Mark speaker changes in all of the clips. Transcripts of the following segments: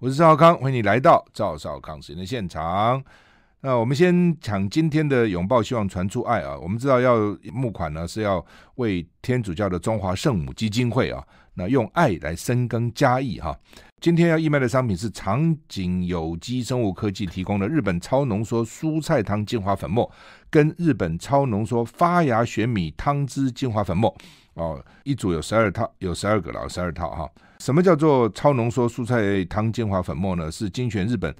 Speaker 1: 我是赵少康，欢迎你来到赵少康时间的现场。那我们先讲今天的拥抱，希望传出爱啊！我们知道要募款呢是要为天主教的中华圣母基金会啊，那用爱来深耕家义哈、今天要义卖的商品是长颈有机生物科技提供的日本超浓缩蔬菜汤精华粉末，跟日本超浓缩发芽玄米汤汁精华粉末哦，一组有十二套，有十二个了，十二套哈、什么叫做超浓缩蔬菜汤精华粉末呢？是精选日本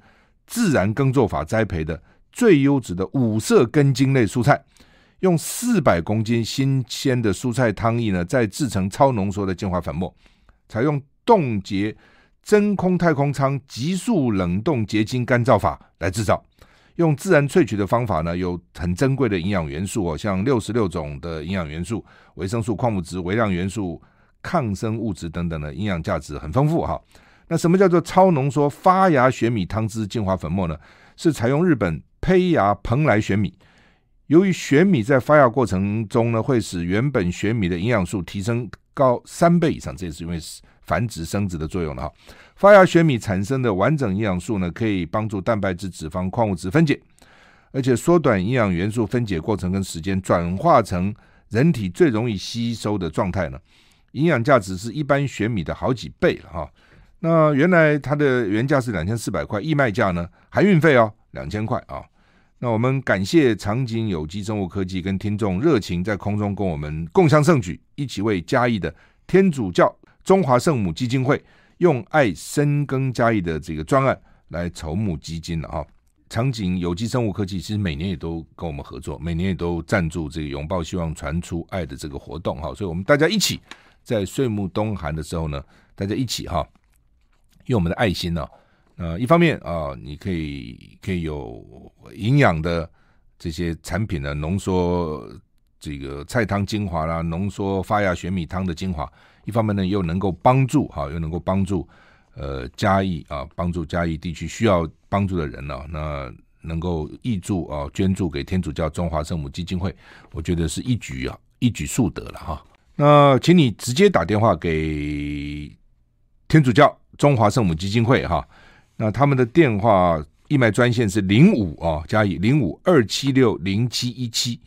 Speaker 1: 自然耕作法栽培的最优质的五色根茎类蔬菜，用四百公斤新鲜的蔬菜汤液呢，再制成超浓缩的精华粉末，采用冻结真空太空舱急速冷冻结晶干燥法来制造。用自然萃取的方法呢，有很珍贵的营养元素哦，像六十六种的营养元素、维生素、矿物质、微量元素、抗生物质等等的营养价值很丰富哈。那什么叫做超浓缩发芽玄米汤汁精华粉末呢？是采用日本胚芽蓬莱玄米。由于玄米在发芽过程中呢，会使原本玄米的营养素提升高三倍以上，这也是因为繁殖生殖的作用了哈。发芽玄米产生的完整营养素呢，可以帮助蛋白质、脂肪、矿物质分解，而且缩短营养元素分解过程跟时间，转化成人体最容易吸收的状态呢。营养价值是一般玄米的好几倍了哈。那原来它的原价是两千四百块，义卖价呢含运费哦两千块啊。那我们感谢长景有机生物科技跟听众热情在空中跟我们共襄盛举，一起为嘉义的天主教中华圣母基金会用爱深耕嘉义的这个专案来筹募基金了哈。长景有机生物科技其实每年也都跟我们合作，每年也都赞助这个拥抱希望传出爱的这个活动哈，所以我们大家一起在岁暮冬寒的时候呢，大家一起哈，用我们的爱心呢、呃，一方面啊、你可以可以有营养的这些产品呢，浓缩这个菜汤精华啦，浓缩发芽玄米汤的精华；一方面呢，又能够帮助哈、又能够帮助呃嘉义啊，帮助嘉义地区需要帮助的人呢、那能够义助啊，捐助给天主教中华圣母基金会，我觉得是一举啊一举数得了哈。那请你直接打电话给天主教中华圣母基金会哈，那他们的电话义卖专线是零五啊，加以零五二七六零七一七，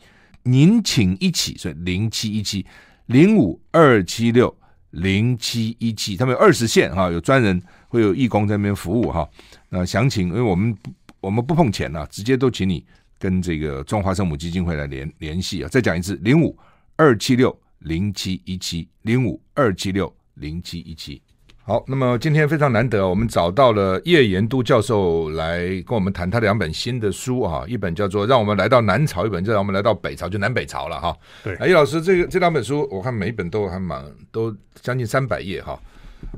Speaker 1: 您请一起，所以零七一七零五二七六零七一七，他们有二十线哈，有专人会有义工在那边服务哈。那详情，因为我们不我们不碰钱了、直接都请你跟这个中华圣母基金会来联联系啊。再讲一次，零五二七六零七一七，零五二七六零七一七。好，那么今天非常难得，我们找到了叶延都教授来跟我们谈他两本新的书啊，一本叫做《让我们来到南朝》，一本叫《让我们来到北朝》，就南北朝了哈。
Speaker 2: 对
Speaker 1: 哎，叶老师，这个这两本书我看每一本都还蛮都将近三百页哈。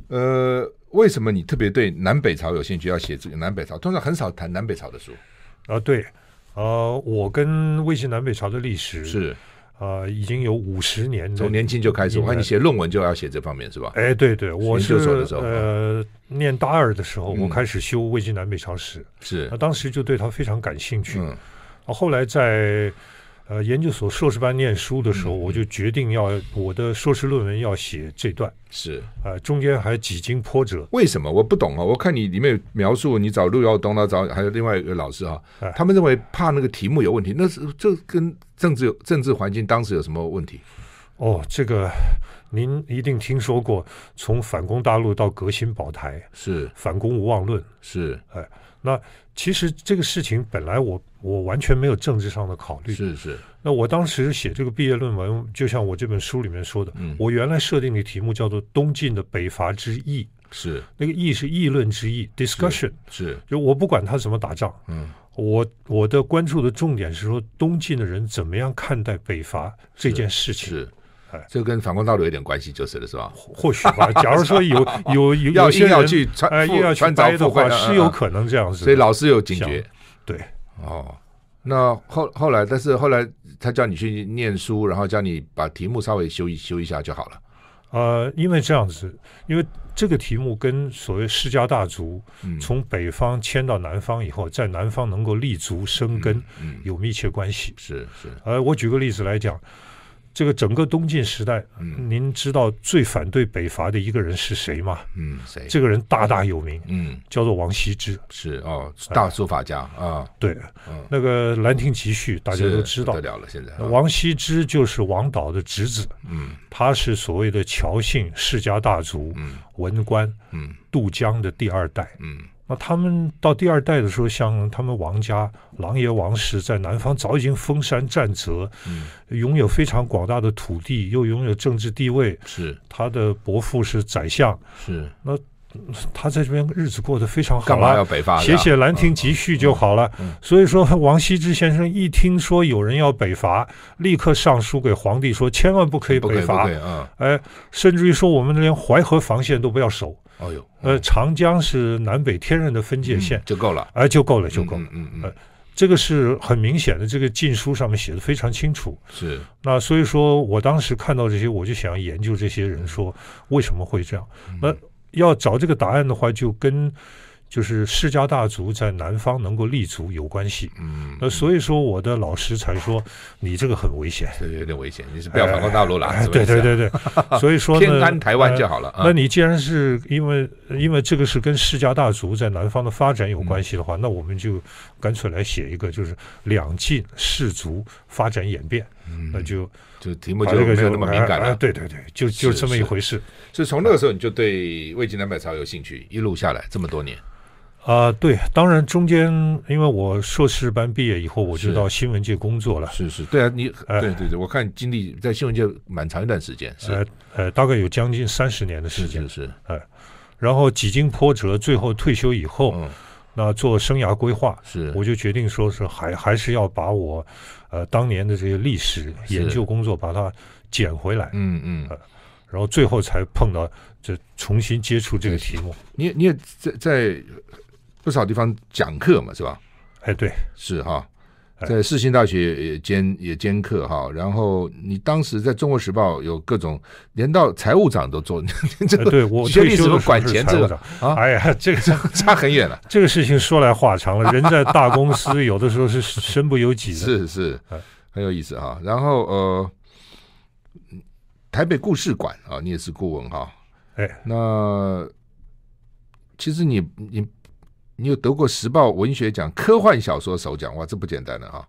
Speaker 1: 呃，为什么你特别对南北朝有兴趣，要写这个南北朝？通常很少谈南北朝的书，
Speaker 2: 啊，对，呃，我跟魏晋南北朝的历史，呃，已经有五十年的
Speaker 1: 从。年轻就开始。
Speaker 2: 明
Speaker 1: 我
Speaker 2: 白
Speaker 1: 看你写论文就要写这方面是吧？
Speaker 2: 哎，对对，
Speaker 1: 研
Speaker 2: 我是
Speaker 1: 究所的时候啊
Speaker 2: 呃，念大二的时候，
Speaker 1: 嗯
Speaker 2: 我开始修魏晋南北朝史，
Speaker 1: 是
Speaker 2: 那、，当时就对他非常感兴趣。
Speaker 1: 嗯
Speaker 2: 啊后来在呃研究所硕士班念书的
Speaker 1: 嗯
Speaker 2: 时候，我就决定要我的硕士论文要写这段，
Speaker 1: 是。
Speaker 2: 呃，中间还几经波折。
Speaker 1: 为什么我不懂啊？我看你里面有描述，你找陆耀东啊，找还有另外一个老师啊
Speaker 2: 哎，
Speaker 1: 他们认为怕那个题目有问题，那是这跟政治有政治环境当时有什么问题？
Speaker 2: 哦，这个您一定听说过，从反攻大陆到革新保台，
Speaker 1: 是
Speaker 2: 反攻无望论。
Speaker 1: 是
Speaker 2: 其实这个事情本来我我完全没有政治上的考虑。
Speaker 1: 是是，
Speaker 2: 那我当时写这个毕业论文，就像我这本书里面说的，
Speaker 1: 嗯
Speaker 2: 我原来设定的题目叫做“东晋的北伐之议
Speaker 1: 是”，
Speaker 2: 那个“议”是议论之议 （discussion），
Speaker 1: 是
Speaker 2: 就我不管他怎么打仗，
Speaker 1: 嗯
Speaker 2: 我我的关注的重点是说东晋的人怎么样看待北伐这件事情。
Speaker 1: 是，
Speaker 2: 哎，
Speaker 1: 这跟反光道路有点关系，就是了，是吧？
Speaker 2: 或许吧。假如 说有有有
Speaker 1: 要
Speaker 2: 有些
Speaker 1: 硬要
Speaker 2: 人
Speaker 1: 去穿
Speaker 2: 哎
Speaker 1: 附
Speaker 2: 硬要去
Speaker 1: 穿凿
Speaker 2: 掰的
Speaker 1: 附会
Speaker 2: 话，
Speaker 1: 的
Speaker 2: 是有可能这样子
Speaker 1: 啊
Speaker 2: 的。
Speaker 1: 所以老师有警觉
Speaker 2: 像对
Speaker 1: 哦。那后后来，但是后来他叫你去念书，然后叫你把题目稍微修一修一下就好了。
Speaker 2: 呃，因为这样子，因为这个题目跟所谓世家大族
Speaker 1: 嗯，
Speaker 2: 从北方迁到南方以后，在南方能够立足生根
Speaker 1: 嗯
Speaker 2: 有密切关系。
Speaker 1: 是是，
Speaker 2: 呃，我举个例子来讲，这个整个东晋时代，
Speaker 1: 嗯
Speaker 2: 您知道最反对北伐的一个人是谁吗？
Speaker 1: 嗯，谁？
Speaker 2: 这个人大大有名，
Speaker 1: 嗯
Speaker 2: 叫做王羲之。
Speaker 1: 是哦，
Speaker 2: 哎
Speaker 1: 大书法家啊，
Speaker 2: 对，
Speaker 1: 嗯
Speaker 2: 那个《兰亭集序》大家
Speaker 1: 是
Speaker 2: 都知道
Speaker 1: 不得，了了，现在啊
Speaker 2: 王羲之就是王导的侄子，
Speaker 1: 嗯
Speaker 2: 他是所谓的乔姓世家大族
Speaker 1: 嗯
Speaker 2: 文官
Speaker 1: 嗯
Speaker 2: 渡江的第二代。
Speaker 1: 嗯
Speaker 2: 那他们到第二代的时候，像他们王家、琅琊王氏在南方早已经封山占泽，
Speaker 1: 嗯，
Speaker 2: 拥有非常广大的土地，又拥有政治地位。
Speaker 1: 是
Speaker 2: 他的伯父是宰相，
Speaker 1: 是，
Speaker 2: 他在这边日子过得非常好
Speaker 1: 干嘛
Speaker 2: 啦
Speaker 1: 要，北伐的啊？
Speaker 2: 写写《兰亭集序》就好了
Speaker 1: 嗯嗯。
Speaker 2: 所以说，王羲之先生一听说有人要北伐，立刻上书给皇帝说，千万不可以
Speaker 1: 不可
Speaker 2: 北
Speaker 1: 以不
Speaker 2: 伐
Speaker 1: 可以。啊！
Speaker 2: 哎，甚至于说我们连淮河防线都不要守，
Speaker 1: 哦呦，
Speaker 2: 呃，长江是南北天然的分界线
Speaker 1: 嗯，就够了，
Speaker 2: 哎，就够了，就够了。呃
Speaker 1: 嗯嗯嗯嗯，
Speaker 2: 这个是很明显的，这个禁书上面写的非常清楚。
Speaker 1: 是
Speaker 2: 那所以说我当时看到这些，我就想研究这些人说为什么会这样。
Speaker 1: 嗯
Speaker 2: 那要找这个答案的话，就跟就是世家大族在南方能够立足有关系。
Speaker 1: 嗯，
Speaker 2: 那呃所以说我的老师才说你这个很危险。
Speaker 1: 这有点危险，你是不要反攻大陆了，
Speaker 2: 哎
Speaker 1: 是不是啊
Speaker 2: 对对，对对，所以说 呢
Speaker 1: 偏安台湾就
Speaker 2: 呃
Speaker 1: 好了啊
Speaker 2: 那。你既然是因为因为这个是跟世家大族在南方的发展有关系的
Speaker 1: 嗯
Speaker 2: 话，那我们就干脆来写一个，就是两晋氏族发展演变，
Speaker 1: 嗯
Speaker 2: 那就
Speaker 1: 就题目
Speaker 2: 把
Speaker 1: 就
Speaker 2: 这
Speaker 1: 没
Speaker 2: 个就
Speaker 1: 有那么敏感
Speaker 2: 哎哎
Speaker 1: 了。
Speaker 2: 对对对，就就是这么一
Speaker 1: 是
Speaker 2: 回事
Speaker 1: 所以从那个时候你就对魏晋南北朝有兴趣，一路下来这么多年，
Speaker 2: 啊、对，当然中间因为我硕士班毕业以后，我就是到新闻界工作了。
Speaker 1: 是是，对啊，你
Speaker 2: 哎
Speaker 1: 对对对，我看经历在新闻界蛮长一段时间，是
Speaker 2: 呃呃，大概有将近三十年的时
Speaker 1: 哎是
Speaker 2: 间
Speaker 1: 是，是，
Speaker 2: 然后几经波折，最后退休以后，
Speaker 1: 嗯
Speaker 2: 那做生涯规划，
Speaker 1: 是，
Speaker 2: 我就决定说是还还是要把我呃当年的这些历史
Speaker 1: 是
Speaker 2: 研究工作把它捡回来，
Speaker 1: 嗯嗯，
Speaker 2: 然后最后才碰到这重新接触这个题目。
Speaker 1: 你你也在在不少地方讲课嘛，是吧？
Speaker 2: 哎， 对，
Speaker 1: 是哈，
Speaker 2: 哎
Speaker 1: 在世新大学也兼也兼课哈，然后你当时在《中国时报》有各种，连到财务长都做，这
Speaker 2: 哎
Speaker 1: 个
Speaker 2: 对我
Speaker 1: 学历
Speaker 2: 退休
Speaker 1: 怎么
Speaker 2: 的时候
Speaker 1: 管
Speaker 2: 是
Speaker 1: 钱
Speaker 2: 财
Speaker 1: 这
Speaker 2: 务
Speaker 1: 个
Speaker 2: 长
Speaker 1: 啊
Speaker 2: 哎呀，这个
Speaker 1: 差很远了。
Speaker 2: 这个事情说来话长 了，人在大公司有的时候是身不由己的。
Speaker 1: 是是
Speaker 2: 哎，
Speaker 1: 很有意思哈。然后呃，台北故事馆啊，你也是顾问哈。
Speaker 2: 哎，
Speaker 1: 那其实你你你有得过时报文学奖科幻小说首奖哇，这不简单了哈。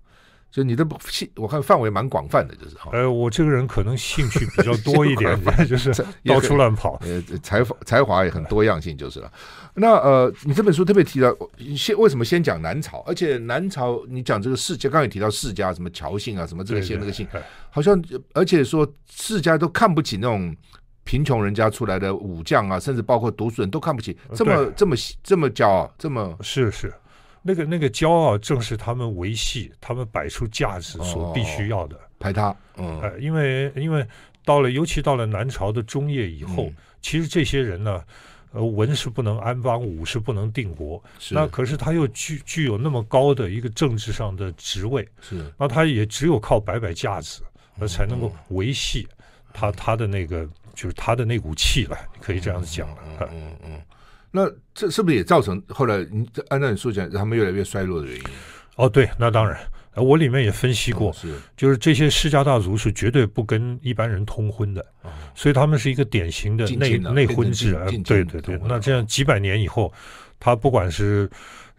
Speaker 1: 就你的戏，我看范围蛮广泛的，就是哈。
Speaker 2: 呃，我这个人可能兴趣比较多一 点，就是
Speaker 1: 这也
Speaker 2: 到
Speaker 1: 很
Speaker 2: 处乱跑。
Speaker 1: 呃，才华才华也很多样性就是了。那呃，你这本书特别提到先为什么先讲南朝，而且南朝你讲这个世家，刚才也提到世家什么乔姓啊，什么这个姓那个姓，
Speaker 2: 哎
Speaker 1: 好像而且说世家都看不起那种贫穷人家出来的武将啊，甚至包括读书人都看不起，这么这么这么骄傲，这么
Speaker 2: 是是，那个那个骄傲正是他们维系、他们摆出架子
Speaker 1: 哦
Speaker 2: 所必须要的。
Speaker 1: 排他，嗯，
Speaker 2: 呃，因为因为到了，尤其到了南朝的中叶以后，
Speaker 1: 嗯
Speaker 2: 其实这些人呢，呃，文是不能安邦，武是不能定国。
Speaker 1: 是
Speaker 2: 那可是他又具具有那么高的一个政治上的职位，
Speaker 1: 是
Speaker 2: 那他也只有靠摆摆架子，那才能够
Speaker 1: 嗯
Speaker 2: 维系他他的那个就是他的那股气了，你可以这样子讲了。呃
Speaker 1: 嗯嗯。那这是不是也造成后来你按照你说讲，他们越来越衰落的原因？哦
Speaker 2: 哦，对，那当然。呃我里面也分析过，
Speaker 1: 是
Speaker 2: 就是这些世家大族是绝对不跟一般人通婚的，
Speaker 1: 哦
Speaker 2: 所以他们是一个典型的
Speaker 1: 近
Speaker 2: 内
Speaker 1: 亲啊
Speaker 2: 内
Speaker 1: 变成
Speaker 2: 婚
Speaker 1: 近
Speaker 2: 制啊
Speaker 1: 近，
Speaker 2: 对
Speaker 1: 亲
Speaker 2: 对
Speaker 1: 通
Speaker 2: 对。
Speaker 1: 婚
Speaker 2: 那
Speaker 1: 了
Speaker 2: 这样几百年以后，他不管是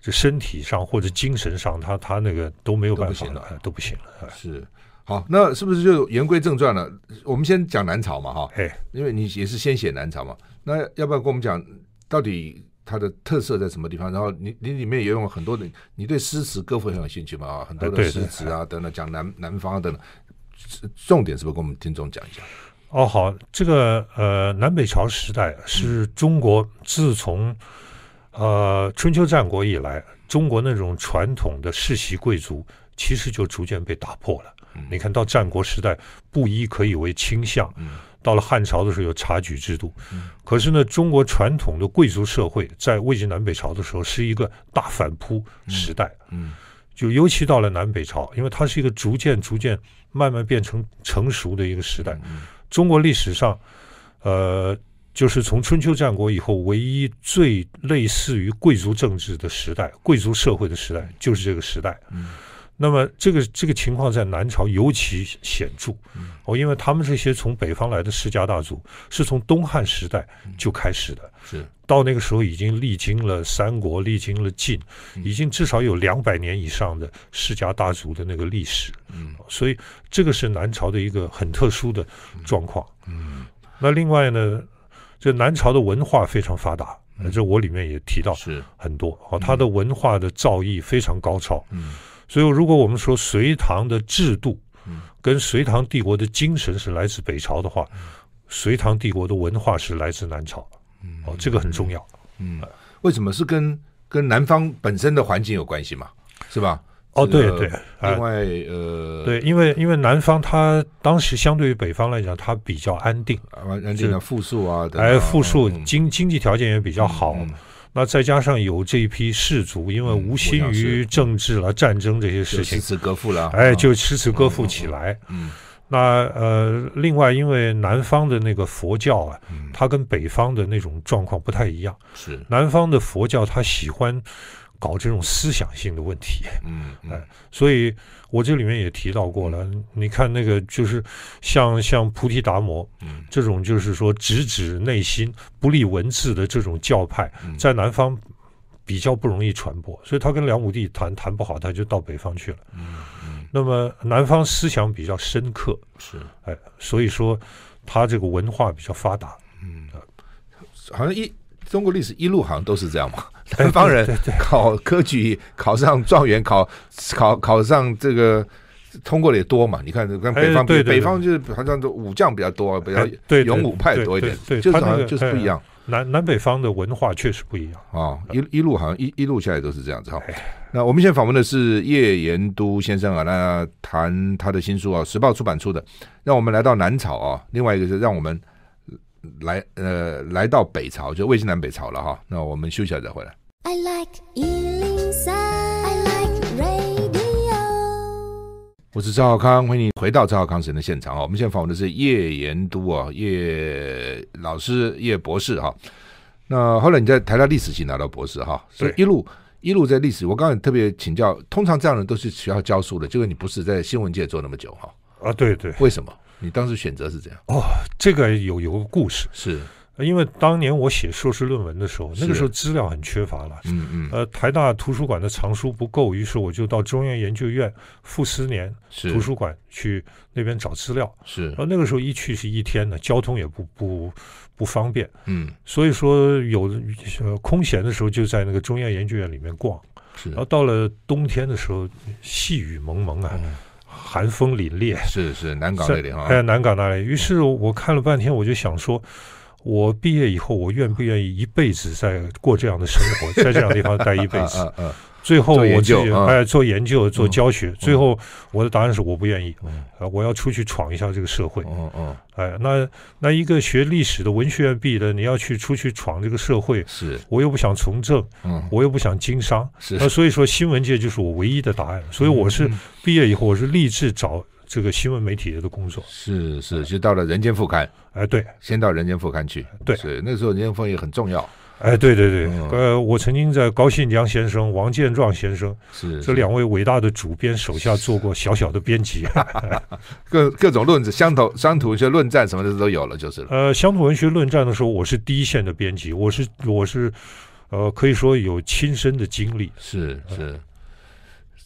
Speaker 2: 这身体上或者精神上，他他那个都没有
Speaker 1: 都不
Speaker 2: 办法
Speaker 1: 行
Speaker 2: 了
Speaker 1: 了，
Speaker 2: 哎都不行了。哎
Speaker 1: 是。好，那是不是就言归正传了？我们先讲南朝嘛，哈，
Speaker 2: 哎，
Speaker 1: 因为你也是先写南朝嘛，那要不要跟我们讲到底它的特色在什么地方？然后你你里面也用了很多的，你对诗词歌赋很有兴趣嘛，啊，很多
Speaker 2: 哎
Speaker 1: 的
Speaker 2: 对
Speaker 1: 诗
Speaker 2: 对
Speaker 1: 词啊等等，讲南南方啊等等，重点是不是跟我们听众讲一下？
Speaker 2: 哦，好，这个呃，南北朝时代
Speaker 1: 嗯
Speaker 2: 是中国自从呃春秋战国以来，中国那种传统的世袭贵族其实就逐渐被打破了。
Speaker 1: 嗯
Speaker 2: 你看到战国时代，布衣可以为倾向，
Speaker 1: 嗯
Speaker 2: 到了汉朝的时候有察举制度
Speaker 1: 嗯。
Speaker 2: 可是呢，中国传统的贵族社会在魏晋南北朝的时候是一个大反扑时代，
Speaker 1: 嗯
Speaker 2: 就尤其到了南北朝，因为它是一个逐渐逐渐慢慢变成成熟的一个时代。
Speaker 1: 嗯
Speaker 2: 中国历史上，呃，就是从春秋战国以后，唯一最类似于贵族政治的时代、贵族社会的时代，就是这个时代。
Speaker 1: 嗯
Speaker 2: 那么，这个这个情况在南朝尤其显著
Speaker 1: 嗯
Speaker 2: 哦，因为他们这些从北方来的世家大族，是从东汉时代
Speaker 1: 嗯
Speaker 2: 就开始的，
Speaker 1: 是
Speaker 2: 到那个时候已经历经了三国，历经了晋，
Speaker 1: 嗯
Speaker 2: 已经至少有两百年以上的世家大族的那个历史，
Speaker 1: 嗯
Speaker 2: 所以这个是南朝的一个很特殊的状况。
Speaker 1: 嗯
Speaker 2: 那另外呢，这南朝的文化非常发达，
Speaker 1: 嗯
Speaker 2: 呃这我里面也提到
Speaker 1: 是
Speaker 2: 很多啊，它的文化的造诣非常高超。
Speaker 1: 嗯
Speaker 2: 所以，如果我们说隋唐的制度
Speaker 1: 嗯
Speaker 2: 跟隋唐帝国的精神是来自北朝的话，隋唐帝国的文化是来自南朝，
Speaker 1: 嗯
Speaker 2: 哦，这个很重要。
Speaker 1: 嗯，为什么是跟跟南方本身的环境有关系嘛？是吧？
Speaker 2: 哦，
Speaker 1: 这
Speaker 2: 对
Speaker 1: 个
Speaker 2: 对，哎
Speaker 1: 另外呃，
Speaker 2: 对，因为因为南方它当时相对于北方来讲，它比较安定，
Speaker 1: 啊，安定的复数啊，等等
Speaker 2: 哎，
Speaker 1: 啊
Speaker 2: 富庶，
Speaker 1: 嗯
Speaker 2: 经经济条件也比较好，
Speaker 1: 嗯
Speaker 2: 那再加上有这一批士族，因为
Speaker 1: 嗯
Speaker 2: 无心
Speaker 1: 我想
Speaker 2: 于
Speaker 1: 是
Speaker 2: 政治了、战争这些
Speaker 1: 就
Speaker 2: 事
Speaker 1: 诗
Speaker 2: 情，
Speaker 1: 词歌赋了，
Speaker 2: 哎，
Speaker 1: 啊
Speaker 2: 就诗词歌赋起来。
Speaker 1: 嗯
Speaker 2: 那呃，另外因为南方的那个佛教啊，
Speaker 1: 嗯
Speaker 2: 它跟北方的那种状况不太一样。
Speaker 1: 是
Speaker 2: 南方的佛教它喜欢搞这种思想性的问题，
Speaker 1: 嗯嗯
Speaker 2: 哎所以我这里面也提到过了。你看那个就是像像菩提达摩
Speaker 1: 嗯
Speaker 2: 这种，就是说直指内心、不立文字的这种教派，
Speaker 1: 嗯
Speaker 2: 在南方比较不容易传播，所以他跟梁武帝谈谈不好，他就到北方去了。
Speaker 1: 嗯嗯
Speaker 2: 那么南方思想比较深刻，
Speaker 1: 是
Speaker 2: 哎，所以说他这个文化比较发达。
Speaker 1: 嗯，好像一中国历史一路好像都是这样嘛，南方人
Speaker 2: 对对
Speaker 1: 考科举考上状元，考考考上这个。通过的也多嘛？你看，看北方
Speaker 2: 哎
Speaker 1: 比，
Speaker 2: 对对对
Speaker 1: 北方就是好像都武将比较多，比较
Speaker 2: 哎对对
Speaker 1: 勇武派多一点，
Speaker 2: 对对对
Speaker 1: 就是
Speaker 2: 他
Speaker 1: 好
Speaker 2: 那
Speaker 1: 像
Speaker 2: 个哎
Speaker 1: 就是不一样
Speaker 2: 南南北方的文化确实不一样。
Speaker 1: 啊、一一路好像一一路下来都是这样子哈。那我们现在访问的是叶延都先生啊，那谈他的新书啊，时报出版出的。让我们来到南朝啊，另外一个是让我们来呃来到北朝，就魏晋南北朝了哈。那我们休息一下再回来。
Speaker 3: I like Ealing Sound. I like radio.
Speaker 1: 我是赵浩康，欢迎你回到赵浩康神的现场啊！我们现在访问的是叶延都啊，叶老师、叶博士哈。那后来你在台大历史系拿到博士哈，所以
Speaker 2: 对
Speaker 1: 一路一路在历史。我刚才特别请教，通常这样的都是学校教书的，结果你不是在新闻界做那么久哈？
Speaker 2: 啊，对对，
Speaker 1: 为什么？你当时选择是这样？
Speaker 2: 哦，这个有有个故事，
Speaker 1: 是，
Speaker 2: 因为当年我写硕士论文的时候，那
Speaker 1: 是
Speaker 2: 个时候资料很缺乏了，
Speaker 1: 嗯嗯，
Speaker 2: 呃，台大图书馆的藏书不够，于是我就到中央研究院傅斯年
Speaker 1: 是
Speaker 2: 图书呃馆去那边找资料。
Speaker 1: 是
Speaker 2: 然，后那个时候一去是一天呢，交通也不不不方便，
Speaker 1: 嗯
Speaker 2: 所以说有的呃空闲的时候就在那个中央研究院里面逛。
Speaker 1: 是
Speaker 2: 然后到了冬天的时候，细雨蒙蒙啊，
Speaker 1: 嗯
Speaker 2: 寒风凛冽，
Speaker 1: 是是南港那里哈，呃
Speaker 2: 在南港那里。于是我看了半天，我就想说。我毕业以后，我愿不愿意一辈子在过这样的生 活，在这样的地方待一辈子？
Speaker 1: 嗯嗯
Speaker 2: 最后
Speaker 1: 做研
Speaker 2: 我自己
Speaker 1: 究啊
Speaker 2: 哎做研究、做教学，最后我的答案是我不愿意
Speaker 1: 嗯，
Speaker 2: 啊，我要出去闯一下这个社会。
Speaker 1: 嗯嗯，
Speaker 2: 哎，那那一个学历史的文学院毕业的，你要去出去闯这个社会，
Speaker 1: 是，
Speaker 2: 我又不想从政，
Speaker 1: 嗯
Speaker 2: 我又不想经商，
Speaker 1: 是嗯
Speaker 2: 那呃所以说新闻界就是我唯一的答案。所以我是毕业以后，我是立志找这个新闻媒体的工作。
Speaker 1: 是是，就到了人间副刊。
Speaker 2: 哎，对，
Speaker 1: 先到人间副刊去，
Speaker 2: 对
Speaker 1: 是那时候人间副刊也很重要，
Speaker 2: 哎，对对对，
Speaker 1: 嗯
Speaker 2: 呃，我曾经在高信良先生、王建壮先生
Speaker 1: 是
Speaker 2: 这两位伟大的主编手下做过小小的编辑。
Speaker 1: 各各种论子，相同相同一些论战什么的都有了，就是了，
Speaker 2: 呃，乡土文学论战的时候，我是第一线的编辑，我是我是，呃，可以说有亲身的经历
Speaker 1: 是
Speaker 2: 嗯
Speaker 1: 是。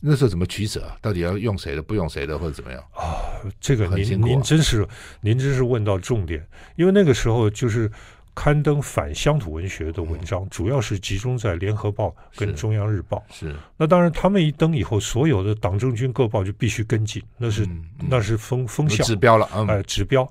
Speaker 1: 那时候怎么取舍啊？到底要用谁的，不用谁的，或者怎么样？
Speaker 2: 啊。这个
Speaker 1: 很辛
Speaker 2: 您
Speaker 1: 苦啊
Speaker 2: 您真是您真是问到重点，因为那个时候就是刊登反乡土文学的文章，主要是集中在《联合报》
Speaker 1: 嗯
Speaker 2: 跟
Speaker 1: 是
Speaker 2: 《中央日报》。
Speaker 1: 是，
Speaker 2: 那当然，他们一登以后，所有的党政军各报就必须跟进，那是、
Speaker 1: 嗯
Speaker 2: 那是风风
Speaker 1: 有
Speaker 2: 向
Speaker 1: 指标了，嗯
Speaker 2: 哎指标。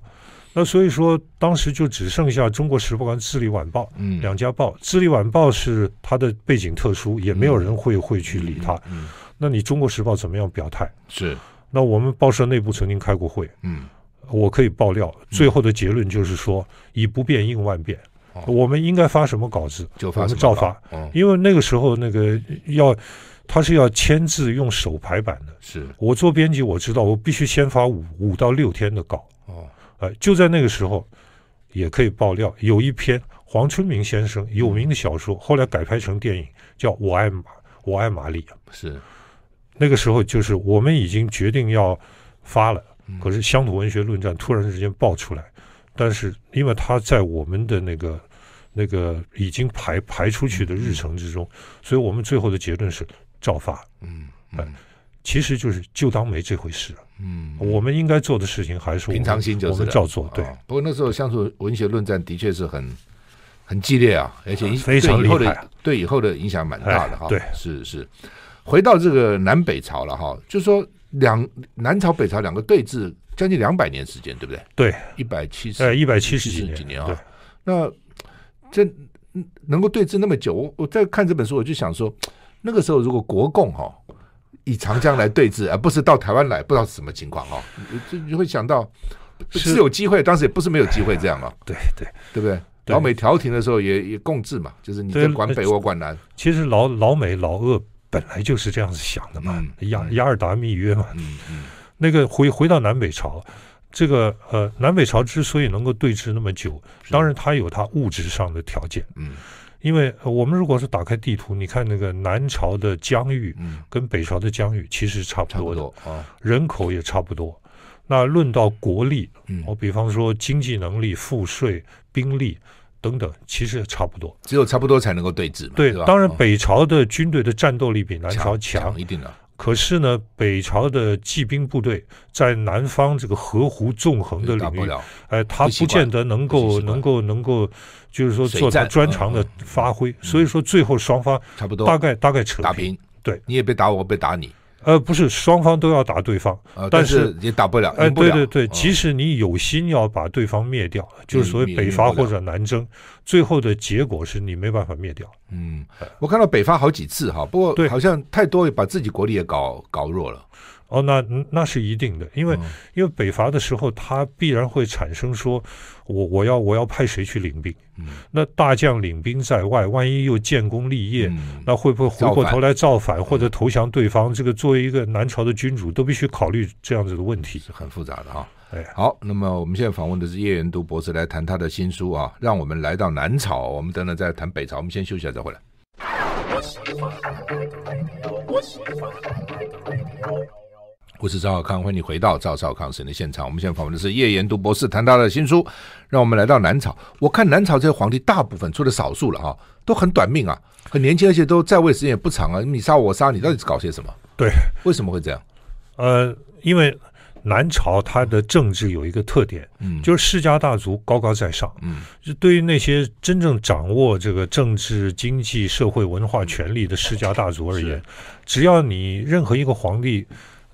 Speaker 2: 那所以说，当时就只剩下《中国时报》跟《智利晚报》。
Speaker 1: 嗯，
Speaker 2: 两家报，《智利晚报》是它的背景特殊，也没有人会会去理它。
Speaker 1: 嗯，
Speaker 2: 那你《中国时报》怎么样表态？
Speaker 1: 是
Speaker 2: 那我们报社内部曾经开过会，
Speaker 1: 嗯，
Speaker 2: 我可以爆料，最后的结论就是说，以不变应万变
Speaker 1: 哦。
Speaker 2: 我们应该发什么稿子，
Speaker 1: 就
Speaker 2: 我
Speaker 1: 发
Speaker 2: 们
Speaker 1: 什么
Speaker 2: 照
Speaker 1: 稿
Speaker 2: 发，
Speaker 1: 哦，
Speaker 2: 因为那个时候那个要，他是要签字用手排版的。
Speaker 1: 是
Speaker 2: 我做编辑，我知道我必须先发五五到六天的稿。
Speaker 1: 哦，
Speaker 2: 呃，就在那个时候，也可以爆料，有一篇黄春明先生有名的小说，后来改拍成电影，叫《我爱玛我爱玛丽》。啊
Speaker 1: 是
Speaker 2: 那个时候就是我们已经决定要发了
Speaker 1: 嗯，
Speaker 2: 可是乡土文学论战突然之间爆出来，但是因为它在我们的那个那个已经排排出去的日程之中，所以我们最后的结论是照发，
Speaker 1: 嗯
Speaker 2: 哎
Speaker 1: 嗯
Speaker 2: 其实就是就当没这回事。
Speaker 1: 嗯，
Speaker 2: 我们应该做的事情还是我们
Speaker 1: 平常心就是了
Speaker 2: 我们照做
Speaker 1: 哦，
Speaker 2: 对。
Speaker 1: 不过那时候乡土文学论战的确是很很激烈啊，而且影
Speaker 2: 非常
Speaker 1: 对以后
Speaker 2: 厉害
Speaker 1: 的
Speaker 2: 啊
Speaker 1: 对以后的影响蛮大的哈。
Speaker 2: 哎对
Speaker 1: 是是。回到这个南北朝了哈，就说两南朝北朝两个对峙将近两百年时间，对不对？
Speaker 2: 对，
Speaker 1: 一百七十
Speaker 2: 在一百七十几
Speaker 1: 170
Speaker 2: 年，
Speaker 1: 几年啊
Speaker 2: 对，
Speaker 1: 那这嗯能够对峙那么久，我我在看这本书，我就想说，那个时候如果国共哈、以长江来对峙，而不是到台湾来，不知道是什么情况哦，就就会想到
Speaker 2: 是
Speaker 1: 是有机会，当时也不是没有机会这样哦，
Speaker 2: 对对。
Speaker 1: 对不对？
Speaker 2: 对
Speaker 1: 老美调停的时候也也共治嘛，就是你
Speaker 2: 对呃
Speaker 1: 这管北，我管南，
Speaker 2: 其实老老美老俄本来就是这样子想的嘛，
Speaker 1: 嗯
Speaker 2: 雅
Speaker 1: 嗯
Speaker 2: 雅尔达密约嘛，
Speaker 1: 嗯嗯
Speaker 2: 那个回回到南北朝，这个呃，南北朝之所以能够对峙那么久，
Speaker 1: 是
Speaker 2: 当然它有它物质上的条件，
Speaker 1: 嗯
Speaker 2: 因为呃我们如果是打开地图，你看那个南朝的疆域
Speaker 1: 嗯，
Speaker 2: 跟北朝的疆域其实差不
Speaker 1: 差
Speaker 2: 多
Speaker 1: 不
Speaker 2: 的，
Speaker 1: 多啊，
Speaker 2: 人口也差不多。那论到国力，
Speaker 1: 嗯
Speaker 2: 哦我、，比方说经济能力、赋税、兵力等等，其实也差不多。
Speaker 1: 只有差不多才能够对峙嘛，
Speaker 2: 对
Speaker 1: 是吧？，
Speaker 2: 当然
Speaker 1: 哦
Speaker 2: 北朝的军队的战斗力比南朝
Speaker 1: 强一定的，
Speaker 2: 可是呢，北朝的骑兵部队在南方这个河湖纵横的
Speaker 1: 大不
Speaker 2: 领域，
Speaker 1: 了，
Speaker 2: 哎，他
Speaker 1: 不习
Speaker 2: 不
Speaker 1: 惯
Speaker 2: 见得能
Speaker 1: 不习
Speaker 2: 够
Speaker 1: 惯
Speaker 2: 能够能够，就是说
Speaker 1: 水
Speaker 2: 做到
Speaker 1: 战
Speaker 2: 专长的
Speaker 1: 嗯嗯
Speaker 2: 发挥。所以说，最后双方
Speaker 1: 差不多
Speaker 2: 大概大概扯
Speaker 1: 打，平，
Speaker 2: 对，
Speaker 1: 你也别打我，我别打你，
Speaker 2: 呃，不是双方都要打对方，
Speaker 1: 呃，
Speaker 2: 但
Speaker 1: 是也打不了，
Speaker 2: 哎，
Speaker 1: 赢不
Speaker 2: 对
Speaker 1: 了
Speaker 2: 对对，
Speaker 1: 嗯
Speaker 2: 即使你有心要把对方灭掉，就是所
Speaker 1: 你
Speaker 2: 谓
Speaker 1: 你
Speaker 2: 北伐
Speaker 1: 灭不
Speaker 2: 或
Speaker 1: 了
Speaker 2: 者南征，最后的结果是你没办法灭掉。
Speaker 1: 嗯，我看到北伐好几次哈，不过
Speaker 2: 对
Speaker 1: 好像太多把自己国力也搞搞弱了，
Speaker 2: 哦，那那是一定的，因为、
Speaker 1: 嗯
Speaker 2: 因为北伐的时候，它必然会产生说，我我要我要派谁去领兵？
Speaker 1: 嗯
Speaker 2: 那大将领兵在外，万一又建功立业，
Speaker 1: 嗯
Speaker 2: 那会不会回过
Speaker 1: 造反嗯
Speaker 2: 头来造反或者投降对方？这个作为一个南朝的君主，都必须考虑这样子的问题。
Speaker 1: 是很复杂的哈。
Speaker 2: 哎，
Speaker 1: 好，那么我们现在访问的是叶元都博士，来谈他的新书啊，让我们来到南朝，我们等等再谈北朝，我们先休息一下再回来。我是赵少康，欢迎你回到赵少康神的现场。我们现在访问的是叶研读博士，谈他的新书。让我们来到南朝，我看南朝这些皇帝大部分，除了少数了哈、都很短命啊，很年轻，而且都在位时间也不长啊。你杀我，我杀你，到底是搞些什么？
Speaker 2: 对，
Speaker 1: 为什么会这样？
Speaker 2: 呃，因为南朝它的政治有一个特点，
Speaker 1: 嗯，
Speaker 2: 就是世家大族高高在上，
Speaker 1: 嗯
Speaker 2: 就对于那些真正掌握这个政治、经济、社会、文化权力的世家大族而言
Speaker 1: 是，
Speaker 2: 只要你任何一个皇帝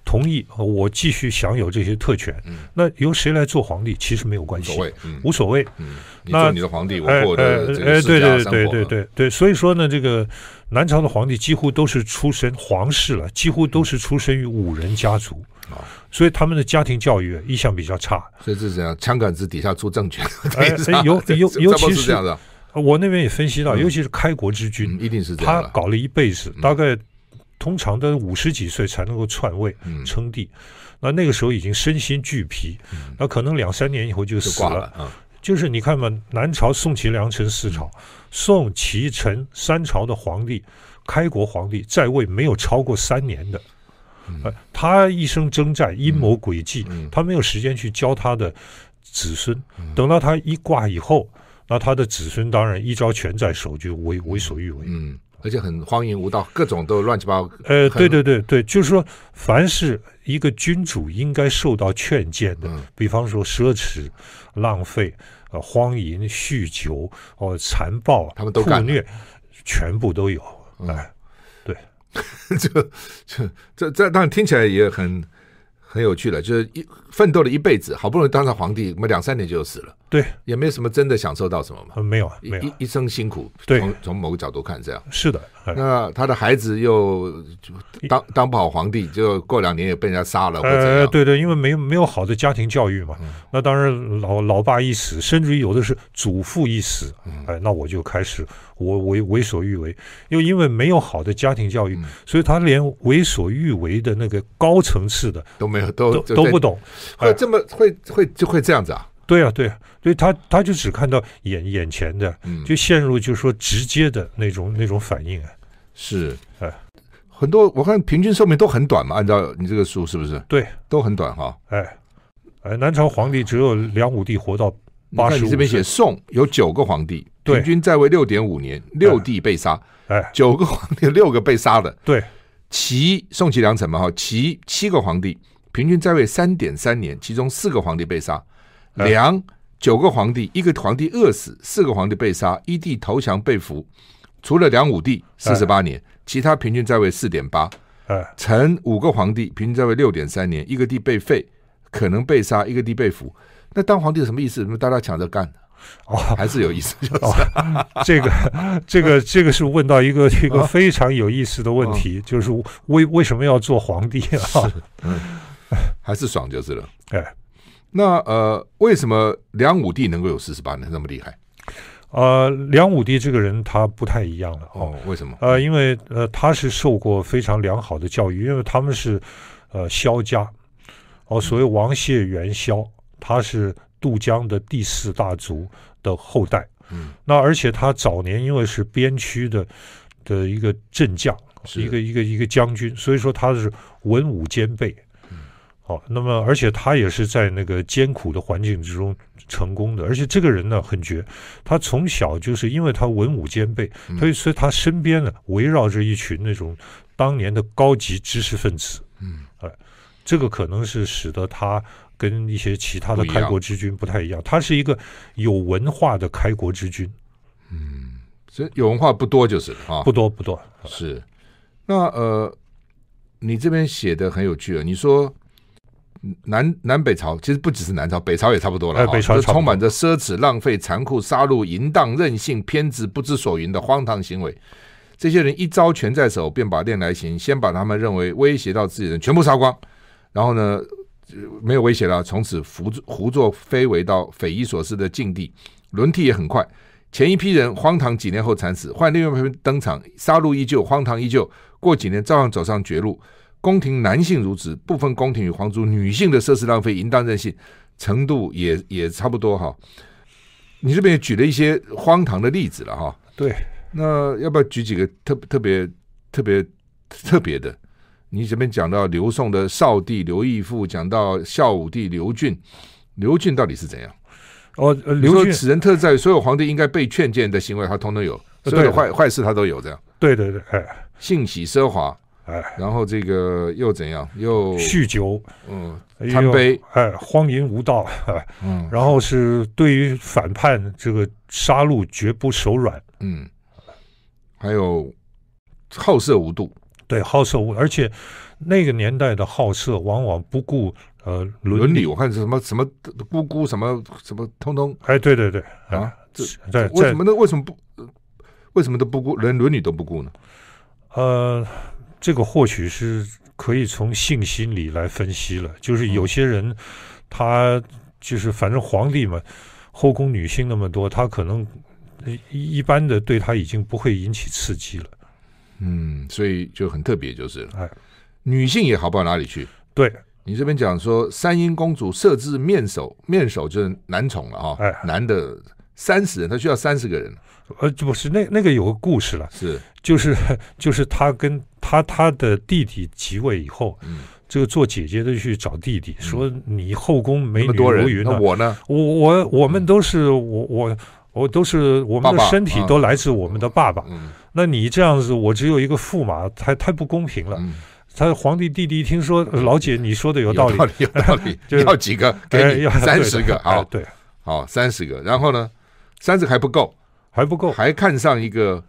Speaker 2: 同意呃我继续享有这些特权，
Speaker 1: 嗯
Speaker 2: 那由谁来做皇帝其实没有
Speaker 1: 无
Speaker 2: 关系，
Speaker 1: 所谓，嗯
Speaker 2: 无所谓。
Speaker 1: 嗯，你
Speaker 2: 那
Speaker 1: 做你的皇帝，我
Speaker 2: 哎
Speaker 1: 过我的这
Speaker 2: 哎
Speaker 1: 个
Speaker 2: 哎
Speaker 1: 世
Speaker 2: 对
Speaker 1: 家
Speaker 2: 对
Speaker 1: 生活。
Speaker 2: 对对对对，所以说呢，这个南朝的皇帝几乎都是出身皇室了，几乎都是出身于武人家族
Speaker 1: 哦，
Speaker 2: 所以他们的家庭教育一向比较差。
Speaker 1: 啊所以这是怎样？枪杆子底下出政权，
Speaker 2: 哎哎尤尤
Speaker 1: 这
Speaker 2: 尤
Speaker 1: 差不多
Speaker 2: 其
Speaker 1: 是这
Speaker 2: 是
Speaker 1: 样的，
Speaker 2: 我那边也分析到，
Speaker 1: 嗯
Speaker 2: 尤其是开国之君，
Speaker 1: 嗯，一定是这
Speaker 2: 他
Speaker 1: 样的。
Speaker 2: 搞了一辈子，
Speaker 1: 嗯
Speaker 2: 大概通常都五十几岁才能够篡位
Speaker 1: 嗯，
Speaker 2: 称帝。那那个时候已经身心俱疲，
Speaker 1: 嗯
Speaker 2: 那可能两三年以后就
Speaker 1: 就
Speaker 2: 死
Speaker 1: 挂
Speaker 2: 了。
Speaker 1: 了啊，
Speaker 2: 就是你看嘛，南朝宋齐梁陈四朝，
Speaker 1: 嗯
Speaker 2: 宋齐陈三朝的皇帝，开国皇帝在位没有超过三年的，呃，他一生征战、阴谋诡计，
Speaker 1: 嗯
Speaker 2: 他没有时间去教他的子孙。等到他一挂以后，那他的子孙当然一招权在手，就为为所欲为。
Speaker 1: 嗯，而且很荒淫无道，各种都乱七八糟。
Speaker 2: 呃，
Speaker 1: 很
Speaker 2: 对对对对，就是说，凡是一个君主应该受到劝谏的，
Speaker 1: 嗯
Speaker 2: 比方说奢侈、浪费、呃荒淫、酗酒、哦、残暴、
Speaker 1: 他们都干
Speaker 2: 酷
Speaker 1: 了
Speaker 2: 虐，全部都有。哎，
Speaker 1: 这这这这，当然听起来也很很有趣了，就是一奋斗了一辈子，好不容易当上皇帝，我们两三年就死了，
Speaker 2: 对，
Speaker 1: 也没什么真的享受到什么嘛，
Speaker 2: 呃，没有啊，
Speaker 1: 一
Speaker 2: 没有啊，
Speaker 1: 一一生辛苦，
Speaker 2: 对
Speaker 1: 从从某个角度看这样。
Speaker 2: 是的，哎
Speaker 1: 那他的孩子又就当当不好皇帝，就过两年也被人家杀了或啊者怎
Speaker 2: 呃，
Speaker 1: 样。嗯
Speaker 2: 对对，因为没有没有好的家庭教育嘛，那当然老老爸一死，甚至于有的是祖父一死，
Speaker 1: 嗯
Speaker 2: 哎，那我就开始我为为所欲为，又因为没有好的家庭教育，
Speaker 1: 嗯
Speaker 2: 所以他连为所欲为的那个高层次的
Speaker 1: 都没有都
Speaker 2: 都
Speaker 1: 就
Speaker 2: 都
Speaker 1: 对
Speaker 2: 不懂，
Speaker 1: 会
Speaker 2: 哎
Speaker 1: 这么会会就会这样子啊？
Speaker 2: 对啊对啊，所以他他就只看到眼眼前的，
Speaker 1: 嗯，
Speaker 2: 就陷入就是说直接的那种那种反应啊，
Speaker 1: 是
Speaker 2: 哎，
Speaker 1: 很多我看平均寿命都很短嘛，按照你这个书是不是
Speaker 2: 对，
Speaker 1: 都很短哈？
Speaker 2: 哎，哎，南朝皇帝只有梁武帝活到
Speaker 1: 你看你
Speaker 2: 85
Speaker 1: 这边
Speaker 2: 岁
Speaker 1: 写宋有九个皇帝，
Speaker 2: 对
Speaker 1: 平均在位六点五年，六帝被杀，
Speaker 2: 哎，
Speaker 1: 九个皇帝六个被杀的。
Speaker 2: 对，
Speaker 1: 齐宋齐梁陈嘛哈，齐七个皇帝，平均在位三点三年，其中四个皇帝被杀；
Speaker 2: 哎
Speaker 1: 梁九个皇帝，一个皇帝饿死，四个皇帝被杀，一帝投降被俘。除了梁武帝四十八年，其他平均在位四点八。
Speaker 2: 哎
Speaker 1: 陈五个皇帝，平均在位六点三年，一个帝被废，可能被杀，一个帝被俘。那当皇帝有什么意思？什么大家抢着干，
Speaker 2: 哦。
Speaker 1: 还是有意思， 就是、
Speaker 2: 这个这个这个是问到一个一个非常有意思的问题，就是为为什么要做皇帝啊？
Speaker 1: 还是爽就是了。
Speaker 2: 哎，
Speaker 1: 那呃，为什么梁武帝能够有四十八年那么厉害？
Speaker 2: 呃，梁武帝这个人他不太一样了哦，
Speaker 1: 哦，为什么？
Speaker 2: 呃，因为呃他是受过非常良好的教育，因为他们是呃萧家，哦，所谓王谢元萧，他是杜江的第四大族的后代。
Speaker 1: 嗯，
Speaker 2: 那而且他早年因为是边区的的一个镇将，
Speaker 1: 是
Speaker 2: 一个一个一个将军，所以说他是文武兼备。
Speaker 1: 嗯
Speaker 2: 好，那么而且他也是在那个艰苦的环境之中成功的，而且这个人呢很绝，他从小就是因为他文武兼备，
Speaker 1: 嗯
Speaker 2: 所以所以他身边呢围绕着一群那种当年的高级知识分子，
Speaker 1: 嗯，
Speaker 2: 哎，这个可能是使得他跟一些其他
Speaker 1: 不
Speaker 2: 的
Speaker 1: 一样
Speaker 2: 开国之君不太一样，他是一个有文化的开国之君，
Speaker 1: 所以有文化不多就是了啊，
Speaker 2: 不多不多，
Speaker 1: 是。那呃，你这边写的很有趣啊，你说嗯南南北朝其实不只是南朝，北朝也差不多了、
Speaker 2: 哎
Speaker 1: 哈
Speaker 2: 北朝
Speaker 1: 都
Speaker 2: 差不多
Speaker 1: 充满着奢侈、浪费、残酷、杀戮、淫荡、任性、偏执、不知所云的荒唐行为。这些人一招权在手，便把练来行，先把他们认为威胁到自己的人全部杀光，然后呢，呃没有威胁了，从此胡作胡作非为到匪夷所思的境地，轮替也很快。前一批人荒唐，几年后惨死；换另外一批人登场，杀戮依旧，荒唐依旧。过几年照样走上绝路。宫廷男性如此，部分宫廷与皇族女性的奢侈浪费、淫荡任性程度也也差不多哈。你这边也举了一些荒唐的例子了哈。
Speaker 2: 对。
Speaker 1: 那要不要举几个特特别特别特别的？你这边讲到刘宋的少帝刘义父，讲到孝武帝刘俊，刘俊到底是怎样？
Speaker 2: 哦，呃
Speaker 1: 你说
Speaker 2: 刘俊
Speaker 1: 此人特在于所有皇帝应该被劝谏的行为，他通通有，
Speaker 2: 呃
Speaker 1: 所有的
Speaker 2: 对
Speaker 1: 坏坏事他都有。这样
Speaker 2: 对对对，哎
Speaker 1: 性喜奢华，
Speaker 2: 哎，
Speaker 1: 然后这个又怎样？又
Speaker 2: 酗酒、
Speaker 1: 嗯
Speaker 2: 哎
Speaker 1: 贪
Speaker 2: 呦
Speaker 1: 杯，
Speaker 2: 哎，荒淫无道，哎，
Speaker 1: 嗯
Speaker 2: 然后是对于反叛这个杀戮绝不手软，
Speaker 1: 嗯，还有好色无度，
Speaker 2: 对好色无，而且那个年代的好色往往不顾呃
Speaker 1: 伦
Speaker 2: 伦
Speaker 1: 理我看是什么什么姑姑什么什么，通通
Speaker 2: 哎，对对对，哎
Speaker 1: 啊，这
Speaker 2: 在
Speaker 1: 为什
Speaker 2: 在
Speaker 1: 么呢？为什么不？为什么都不顾，连伦理都不顾呢？
Speaker 2: 呃，这个或许是可以从性心理来分析了，
Speaker 1: 嗯
Speaker 2: 就是有些人他就是反正皇帝嘛，后宫女性那么多，他可能呃一一般的对他已经不会引起刺激了。
Speaker 1: 嗯，所以就很特别，就是了
Speaker 2: 哎
Speaker 1: 女性也好不到哪里去，
Speaker 2: 对，
Speaker 1: 你这边讲说，三英公主设置面首，面首就是男宠了啊、
Speaker 2: 哎
Speaker 1: 男的三十人，他需要三十个人，
Speaker 2: 呃，不是那那个有个故事了，
Speaker 1: 是
Speaker 2: 就是就是他跟他他的弟弟即位以后，
Speaker 1: 嗯
Speaker 2: 这个做姐姐的去找弟弟，说你后宫
Speaker 1: 那
Speaker 2: 美
Speaker 1: 么
Speaker 2: 女
Speaker 1: 多
Speaker 2: 如
Speaker 1: 人，
Speaker 2: 云啊
Speaker 1: 那
Speaker 2: 呢、
Speaker 1: 我呢？
Speaker 2: 我我我们都是我我我都是我
Speaker 1: 爸
Speaker 2: 们的
Speaker 1: 爸
Speaker 2: 身体
Speaker 1: 啊
Speaker 2: 都来自我们的爸爸。
Speaker 1: 嗯
Speaker 2: 那你这样子，我只有一个驸马，太太不公平了。
Speaker 1: 嗯，
Speaker 2: 他皇帝弟弟一听说，呃老姐你说的有道理，
Speaker 1: 理，有道理，
Speaker 2: 就是
Speaker 1: 要几个给
Speaker 2: 哎
Speaker 1: 你
Speaker 2: 要
Speaker 1: 三十
Speaker 2: 对
Speaker 1: 个，
Speaker 2: 的哎
Speaker 1: 好
Speaker 2: 对，
Speaker 1: 好三十个，然后呢，三十还不够，
Speaker 2: 还不够，
Speaker 1: 还看上一个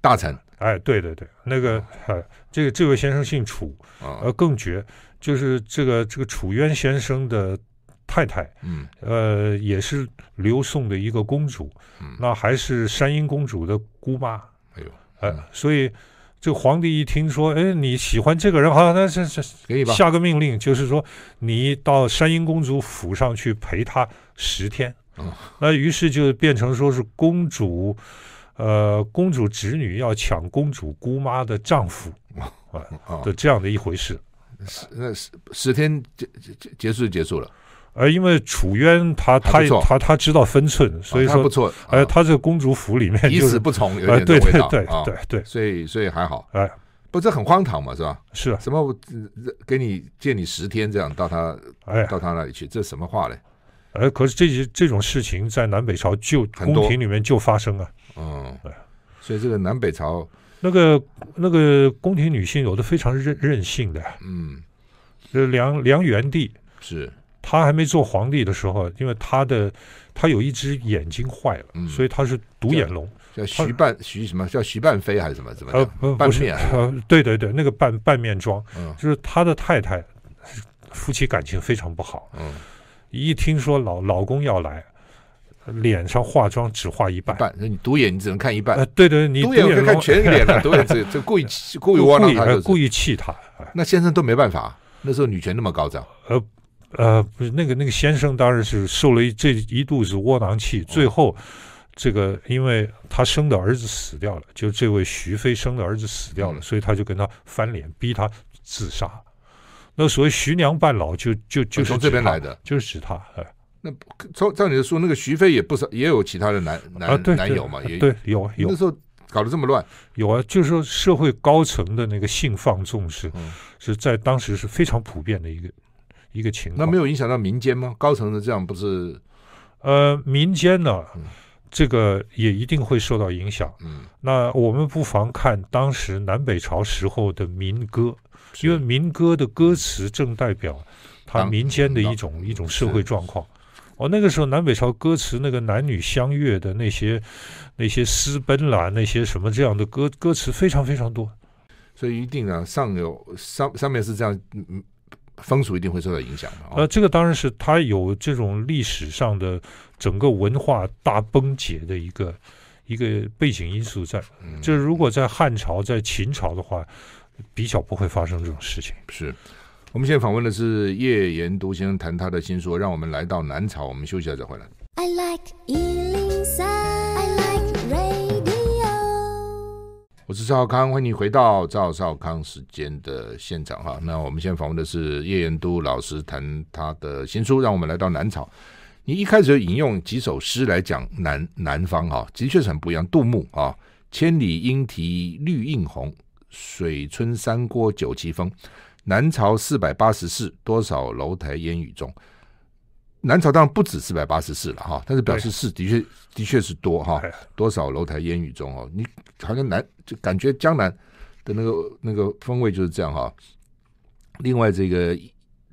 Speaker 1: 大臣，
Speaker 2: 哎，对对对，那个哎，这个这位先生姓楚，
Speaker 1: 啊
Speaker 2: 呃，，更绝，就是这个这个楚渊先生的太太，
Speaker 1: 嗯
Speaker 2: 呃，也是刘宋的一个公主，
Speaker 1: 嗯，
Speaker 2: 那还是山阴公主的姑妈，
Speaker 1: 哎呦，
Speaker 2: 哎
Speaker 1: 嗯，
Speaker 2: 所以这个皇帝一听说，哎，你喜欢这个人，好，那这这
Speaker 1: 给你吧，
Speaker 2: 下个命令，就是说你到山阴公主府上去陪她十天。
Speaker 1: 嗯
Speaker 2: 那于是就变成说是公主，呃，公主侄女要抢公主姑妈的丈夫
Speaker 1: 啊，
Speaker 2: 的这样的一回事。
Speaker 1: 十那十十天结结结结束就结束了，啊
Speaker 2: 而因为楚渊
Speaker 1: 还
Speaker 2: 他他
Speaker 1: 不错
Speaker 2: 他他知道分寸，所以
Speaker 1: 啊那不
Speaker 2: 说，
Speaker 1: 错，
Speaker 2: 呃，
Speaker 1: 啊
Speaker 2: 他这公主府里面
Speaker 1: 以
Speaker 2: 就
Speaker 1: 死
Speaker 2: 是，
Speaker 1: 不从，有
Speaker 2: 呃，
Speaker 1: 点这
Speaker 2: 对
Speaker 1: 种味
Speaker 2: 对
Speaker 1: 道
Speaker 2: 对
Speaker 1: 啊，
Speaker 2: 对对，
Speaker 1: 所以所以还好，
Speaker 2: 哎，
Speaker 1: 不这很荒唐嘛，是吧？
Speaker 2: 是啊，
Speaker 1: 什么我呃给你借你十天这样到他
Speaker 2: 哎，
Speaker 1: 到他那里去，这什么话嘞？
Speaker 2: 哎，可是这些这种事情在南北朝就
Speaker 1: 很多
Speaker 2: 宫廷里面就发生啊。
Speaker 1: 嗯
Speaker 2: 对，
Speaker 1: 所以这个南北朝，
Speaker 2: 那个那个宫廷女性有的非常任任性的，
Speaker 1: 嗯，
Speaker 2: 这梁梁元帝
Speaker 1: 是
Speaker 2: 他还没做皇帝的时候，因为他的他有一只眼睛坏了，
Speaker 1: 嗯
Speaker 2: 所以他是独眼龙。
Speaker 1: 叫徐半徐什么叫徐半飞还是什么怎么
Speaker 2: 呃，
Speaker 1: 讲？
Speaker 2: 不
Speaker 1: 半
Speaker 2: 不是，
Speaker 1: 面啊
Speaker 2: 呃，对对对，那个半半面妆，
Speaker 1: 嗯
Speaker 2: 就是他的太太，夫妻感情非常不好。
Speaker 1: 嗯，
Speaker 2: 一听说老老公要来，脸上化妆只化一半。
Speaker 1: 半，那你独眼你只能看一半
Speaker 2: 呃，，对对，你
Speaker 1: 独眼可以
Speaker 2: 龙
Speaker 1: 看全脸啊 了，独眼这这故意故
Speaker 2: 故
Speaker 1: 意
Speaker 2: 意
Speaker 1: 窝囊他
Speaker 2: 呃
Speaker 1: 就是，
Speaker 2: 故意气他。哎
Speaker 1: 那先生都没办法，那时候女权那么高涨，
Speaker 2: 呃，不是那个那个先生，当然是受了一这一肚子窝囊气。
Speaker 1: 嗯
Speaker 2: 最后，这个因为他生的儿子死掉了，就这位徐妃生的儿子死掉了，
Speaker 1: 嗯
Speaker 2: 所以他就跟他翻脸，逼他自杀。那所谓徐娘半老就，就就
Speaker 1: 就是从这边
Speaker 2: 指他
Speaker 1: 来，的。
Speaker 2: 就是指他。哎
Speaker 1: 照照你的说，那个徐飞也不少，也有其他的男
Speaker 2: 啊，
Speaker 1: 男
Speaker 2: 对，
Speaker 1: 男
Speaker 2: 对
Speaker 1: 友嘛，也
Speaker 2: 对，有啊有
Speaker 1: 那时候搞得这么乱，
Speaker 2: 有啊，就是说社会高层的那个性放纵是、
Speaker 1: 嗯
Speaker 2: 是在当时是非常普遍的一个一个情况。
Speaker 1: 那没有影响到民间吗？高层的这样不是，
Speaker 2: 呃，民间呢
Speaker 1: 嗯，
Speaker 2: 这个也一定会受到影响。
Speaker 1: 嗯，
Speaker 2: 那我们不妨看当时南北朝时候的民歌，
Speaker 1: 是
Speaker 2: 因为民歌的歌词正代表它
Speaker 1: 当
Speaker 2: 民间的
Speaker 1: 当
Speaker 2: 一种一种社会状况。哦，那个时候南北朝歌词那个男女相悦的那些那些私奔啦，那些什么这样的歌歌词非常非常多。
Speaker 1: 所以一定啊，上有上上面是这样，嗯，嗯风俗一定会受到影响的啊、
Speaker 2: 呃，这个当然是它有这种历史上的整个文化大崩解的一个一个背景因素在。
Speaker 1: 嗯
Speaker 2: 就是如果在汉朝、在秦朝的话，比较不会发生这种事情。
Speaker 1: 是。我们现在访问的是叶延都先生谈他的新书，让我们来到南朝，我们休息一下再回来。
Speaker 3: I like Ealing Sound. I like radio.
Speaker 1: 我是赵少康，欢迎你回到赵少康时间的现场哈。那我们现在访问的是叶延都老师谈他的新书，让我们来到南朝。你一开始就引用几首诗来讲南南方哈，的确是很不一样。杜牧啊，“千里莺啼绿映红，水村山郭酒旗风。南朝四百八十寺，多少楼台烟雨中。”南朝当然不止四百八十寺了哈，但是表示是的确的确是多哈。
Speaker 2: 哎
Speaker 1: 多少楼台烟雨中哦，你好像南就感觉江南的那个那个风味就是这样哈、另外这个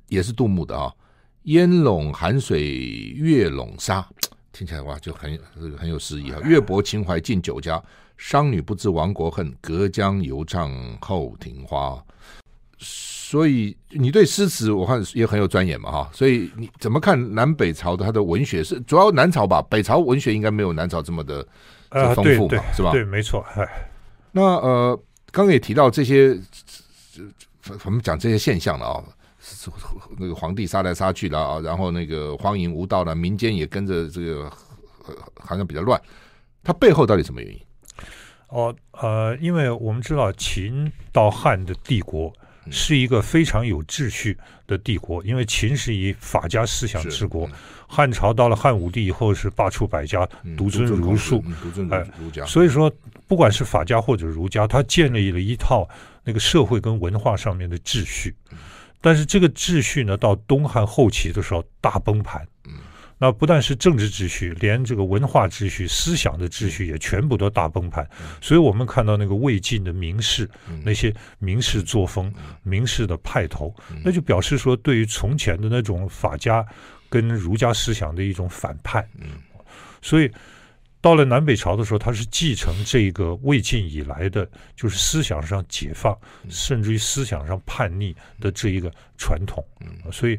Speaker 1: 也是杜牧的啊、烟笼寒水月笼沙，听起来哇就很这个很有诗意啊。月泊秦淮近酒家，商女不知亡国恨，隔江犹唱后庭花。所以你对诗词我看也很有钻研嘛哈，所以你怎么看南北朝的它的文学是主要南朝吧？北朝文学应该没有南朝这么的
Speaker 2: 啊、
Speaker 1: 这丰
Speaker 2: 对
Speaker 1: 富嘛
Speaker 2: 对
Speaker 1: 是吧
Speaker 2: 对，没错。哎，
Speaker 1: 那呃，刚刚也提到这些，这这我们讲这些现象了啊、是那个皇帝杀来杀去了啊，然后那个荒淫无道了，民间也跟着这个呃好像比较乱，它背后到底什么原因？
Speaker 2: 哦，呃，因为我们知道秦到汉的帝国
Speaker 1: 嗯
Speaker 2: 是一个非常有秩序的帝国，因为秦是以法家思想
Speaker 1: 是
Speaker 2: 治国
Speaker 1: 嗯，
Speaker 2: 汉朝到了汉武帝以后是罢黜百家，
Speaker 1: 嗯
Speaker 2: 独尊
Speaker 1: 孔
Speaker 2: 儒
Speaker 1: 子
Speaker 2: 术。
Speaker 1: 嗯独尊儒
Speaker 2: 哎
Speaker 1: 儒家，
Speaker 2: 所以说，不管是法家或者儒家，他建立了一套那个社会跟文化上面的秩序。但是这个秩序呢，到东汉后期的时候大崩盘
Speaker 1: 嗯。
Speaker 2: 那不但是政治秩序，连这个文化秩序、思想的秩序也全部都大崩盘。所以我们看到那个魏晋的名士，
Speaker 1: 嗯
Speaker 2: 那些名士作风、名士的派头
Speaker 1: 嗯，
Speaker 2: 那就表示说，对于从前的那种法家跟儒家思想的一种反叛。
Speaker 1: 嗯
Speaker 2: 所以到了南北朝的时候，他是继承这个魏晋以来的，就是思想上解放，甚至于思想上叛逆的这一个传统。啊所以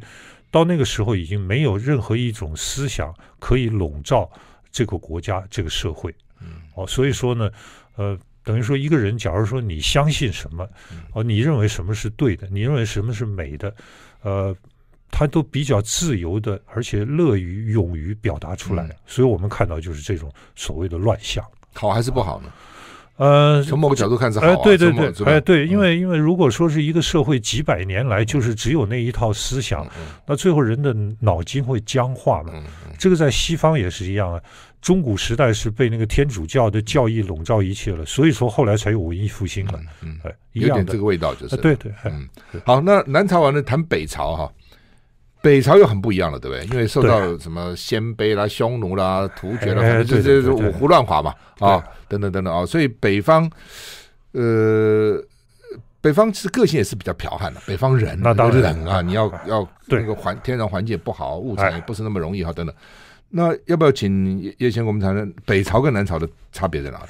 Speaker 2: 到那个时候，已经没有任何一种思想可以笼罩这个国家、这个社会。
Speaker 1: 嗯
Speaker 2: 哦，所以说呢，呃，等于说一个人，假如说你相信什么，
Speaker 1: 嗯
Speaker 2: 哦，你认为什么是对的，你认为什么是美的，呃，他都比较自由的，而且乐于勇于表达出来。
Speaker 1: 嗯
Speaker 2: 所以我们看到就是这种所谓的乱象。
Speaker 1: 好还是不好呢？
Speaker 2: 呃，
Speaker 1: 从某个角度看是好、啊
Speaker 2: 哎，对对
Speaker 1: 从某
Speaker 2: 对
Speaker 1: 个，角度
Speaker 2: 哎，对，
Speaker 1: 嗯
Speaker 2: 因为因为如果说是一个社会几百年来就是只有那一套思想
Speaker 1: 嗯，嗯
Speaker 2: 那最后人的脑筋会僵化嘛。
Speaker 1: 嗯嗯
Speaker 2: 这个在西方也是一样啊。中古时代是被那个天主教的教义笼罩一切了，所以说后来才有文艺复兴了。
Speaker 1: 嗯嗯，
Speaker 2: 哎，一
Speaker 1: 有
Speaker 2: 样
Speaker 1: 点
Speaker 2: 的，
Speaker 1: 这个味道就是、
Speaker 2: 啊，对对，哎
Speaker 1: 嗯，好，那南朝完了，谈北朝哈。北朝又很不一样了，对不对？因为受到什么鲜卑啦、匈奴啦、突厥啦，
Speaker 2: 哎
Speaker 1: 反正
Speaker 2: 对
Speaker 1: 这
Speaker 2: 对
Speaker 1: 这
Speaker 2: 对对
Speaker 1: 五胡乱华嘛，
Speaker 2: 对
Speaker 1: 啊，等等等等啊，所以北方，呃，北方是个性也是比较剽悍的，北方人
Speaker 2: 那当然
Speaker 1: 冷啊，你要要
Speaker 2: 对
Speaker 1: 那个环天然环境也不好，物
Speaker 2: 哎
Speaker 1: 产也不是那么容易哈，等等。那要不要请叶叶先跟我们谈谈北朝跟南朝的差别在哪里？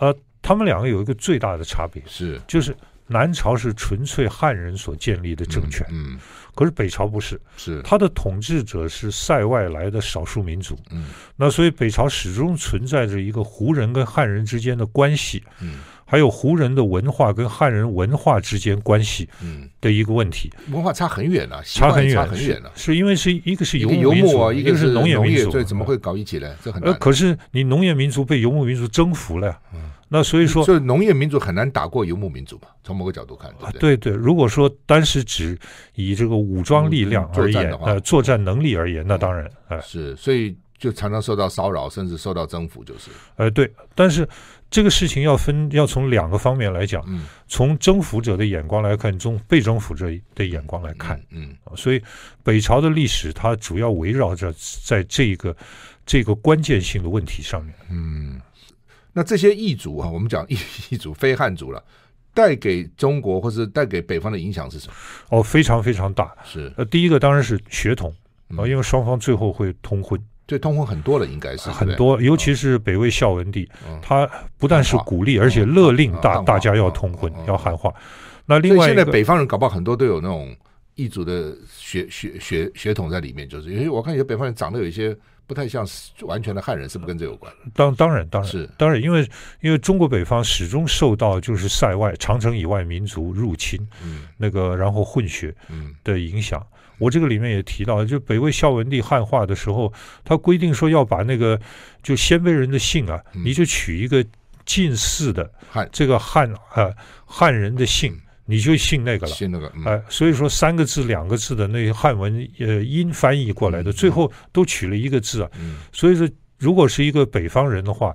Speaker 2: 呃，他们两个有一个最大的差别，
Speaker 1: 是
Speaker 2: 就是南朝是纯粹汉人所建立的政权，
Speaker 1: 嗯，嗯
Speaker 2: 可是北朝不是，
Speaker 1: 是，
Speaker 2: 他的统治者是塞外来的少数民族，
Speaker 1: 嗯
Speaker 2: 那所以北朝始终存在着一个胡人跟汉人之间的关系，
Speaker 1: 嗯
Speaker 2: 还有胡人的文化跟汉人文化之间关系
Speaker 1: 嗯，
Speaker 2: 的一个问题。
Speaker 1: 文化差很远了，习
Speaker 2: 差
Speaker 1: 惯
Speaker 2: 很
Speaker 1: 也
Speaker 2: 远，
Speaker 1: 差很远了。
Speaker 2: 是是因为是一个是
Speaker 1: 一
Speaker 2: 游
Speaker 1: 个
Speaker 2: 牧
Speaker 1: 游
Speaker 2: 民族，
Speaker 1: 牧啊，一
Speaker 2: 个
Speaker 1: 个
Speaker 2: 农
Speaker 1: 业
Speaker 2: 民族，嗯
Speaker 1: 对，怎么会搞一起呢？这很
Speaker 2: 呃，
Speaker 1: 难。嗯
Speaker 2: 可是你农业民族被游牧民族征服了呀，那所以说，
Speaker 1: 所以农业民族很难打过游牧民族嘛，从某个角度看，对
Speaker 2: 啊
Speaker 1: 不对？
Speaker 2: 对对，如果说单是指以这个武装力量
Speaker 1: 嗯作
Speaker 2: 而
Speaker 1: 战
Speaker 2: 言
Speaker 1: 的，话
Speaker 2: 呃，作战能力而言，那
Speaker 1: 嗯
Speaker 2: 当然，哎
Speaker 1: 是，所以就常常受到骚扰，甚至受到征服，就是，
Speaker 2: 呃，对，但是这个事情要分，要从两个方面来讲，
Speaker 1: 嗯，
Speaker 2: 从征服者的眼光来看，从被征服者的眼光来
Speaker 1: 嗯
Speaker 2: 看，，
Speaker 1: 嗯，
Speaker 2: 啊所以北朝的历史它主要围绕着在这个这个关键性的问题上面。
Speaker 1: 那这些异族啊，我们讲 异异族、非汉族了，带给中国或是带给北方的影响是什么？
Speaker 2: 哦，非常非常大。
Speaker 1: 是
Speaker 2: 呃，第一个当然是血统啊、
Speaker 1: 嗯
Speaker 2: 因为双方最后会通婚，
Speaker 1: 对通婚很多了，应该是
Speaker 2: 很，多，尤其是北魏孝文帝，
Speaker 1: 嗯
Speaker 2: 他不但是
Speaker 1: 汉化
Speaker 2: 鼓励，而且勒令
Speaker 1: 嗯
Speaker 2: 大
Speaker 1: 汉化
Speaker 2: 大家要通婚
Speaker 1: 嗯嗯，嗯
Speaker 2: 要汉化。那
Speaker 1: 对不对所
Speaker 2: 另
Speaker 1: 以
Speaker 2: 外一
Speaker 1: 现在
Speaker 2: 个，
Speaker 1: 北方人搞不好很多都有那种异族的血血血血统在里面，就是因为我看有些北方人长得有一些不太像完全的汉人，是不是跟这有关？
Speaker 2: 当当然当然
Speaker 1: 是
Speaker 2: 当然，因为因为中国北方始终受到就是塞外长城以外民族入侵，
Speaker 1: 嗯
Speaker 2: 那个然后混血
Speaker 1: 嗯
Speaker 2: 的影响。我这个里面也提到，就北魏孝文帝汉化的时候，他规定说要把那个就鲜卑人的姓啊，
Speaker 1: 嗯
Speaker 2: 你就取一个近似的
Speaker 1: 汉
Speaker 2: 这个汉呃汉人的姓
Speaker 1: 嗯，
Speaker 2: 你就姓那个了。
Speaker 1: 信那个，嗯
Speaker 2: 哎、所以说三个字、两个字的那汉文呃音翻译过来
Speaker 1: 嗯
Speaker 2: 的，最后都取了一个字啊。
Speaker 1: 嗯
Speaker 2: 所以说，如果是一个北方人的话，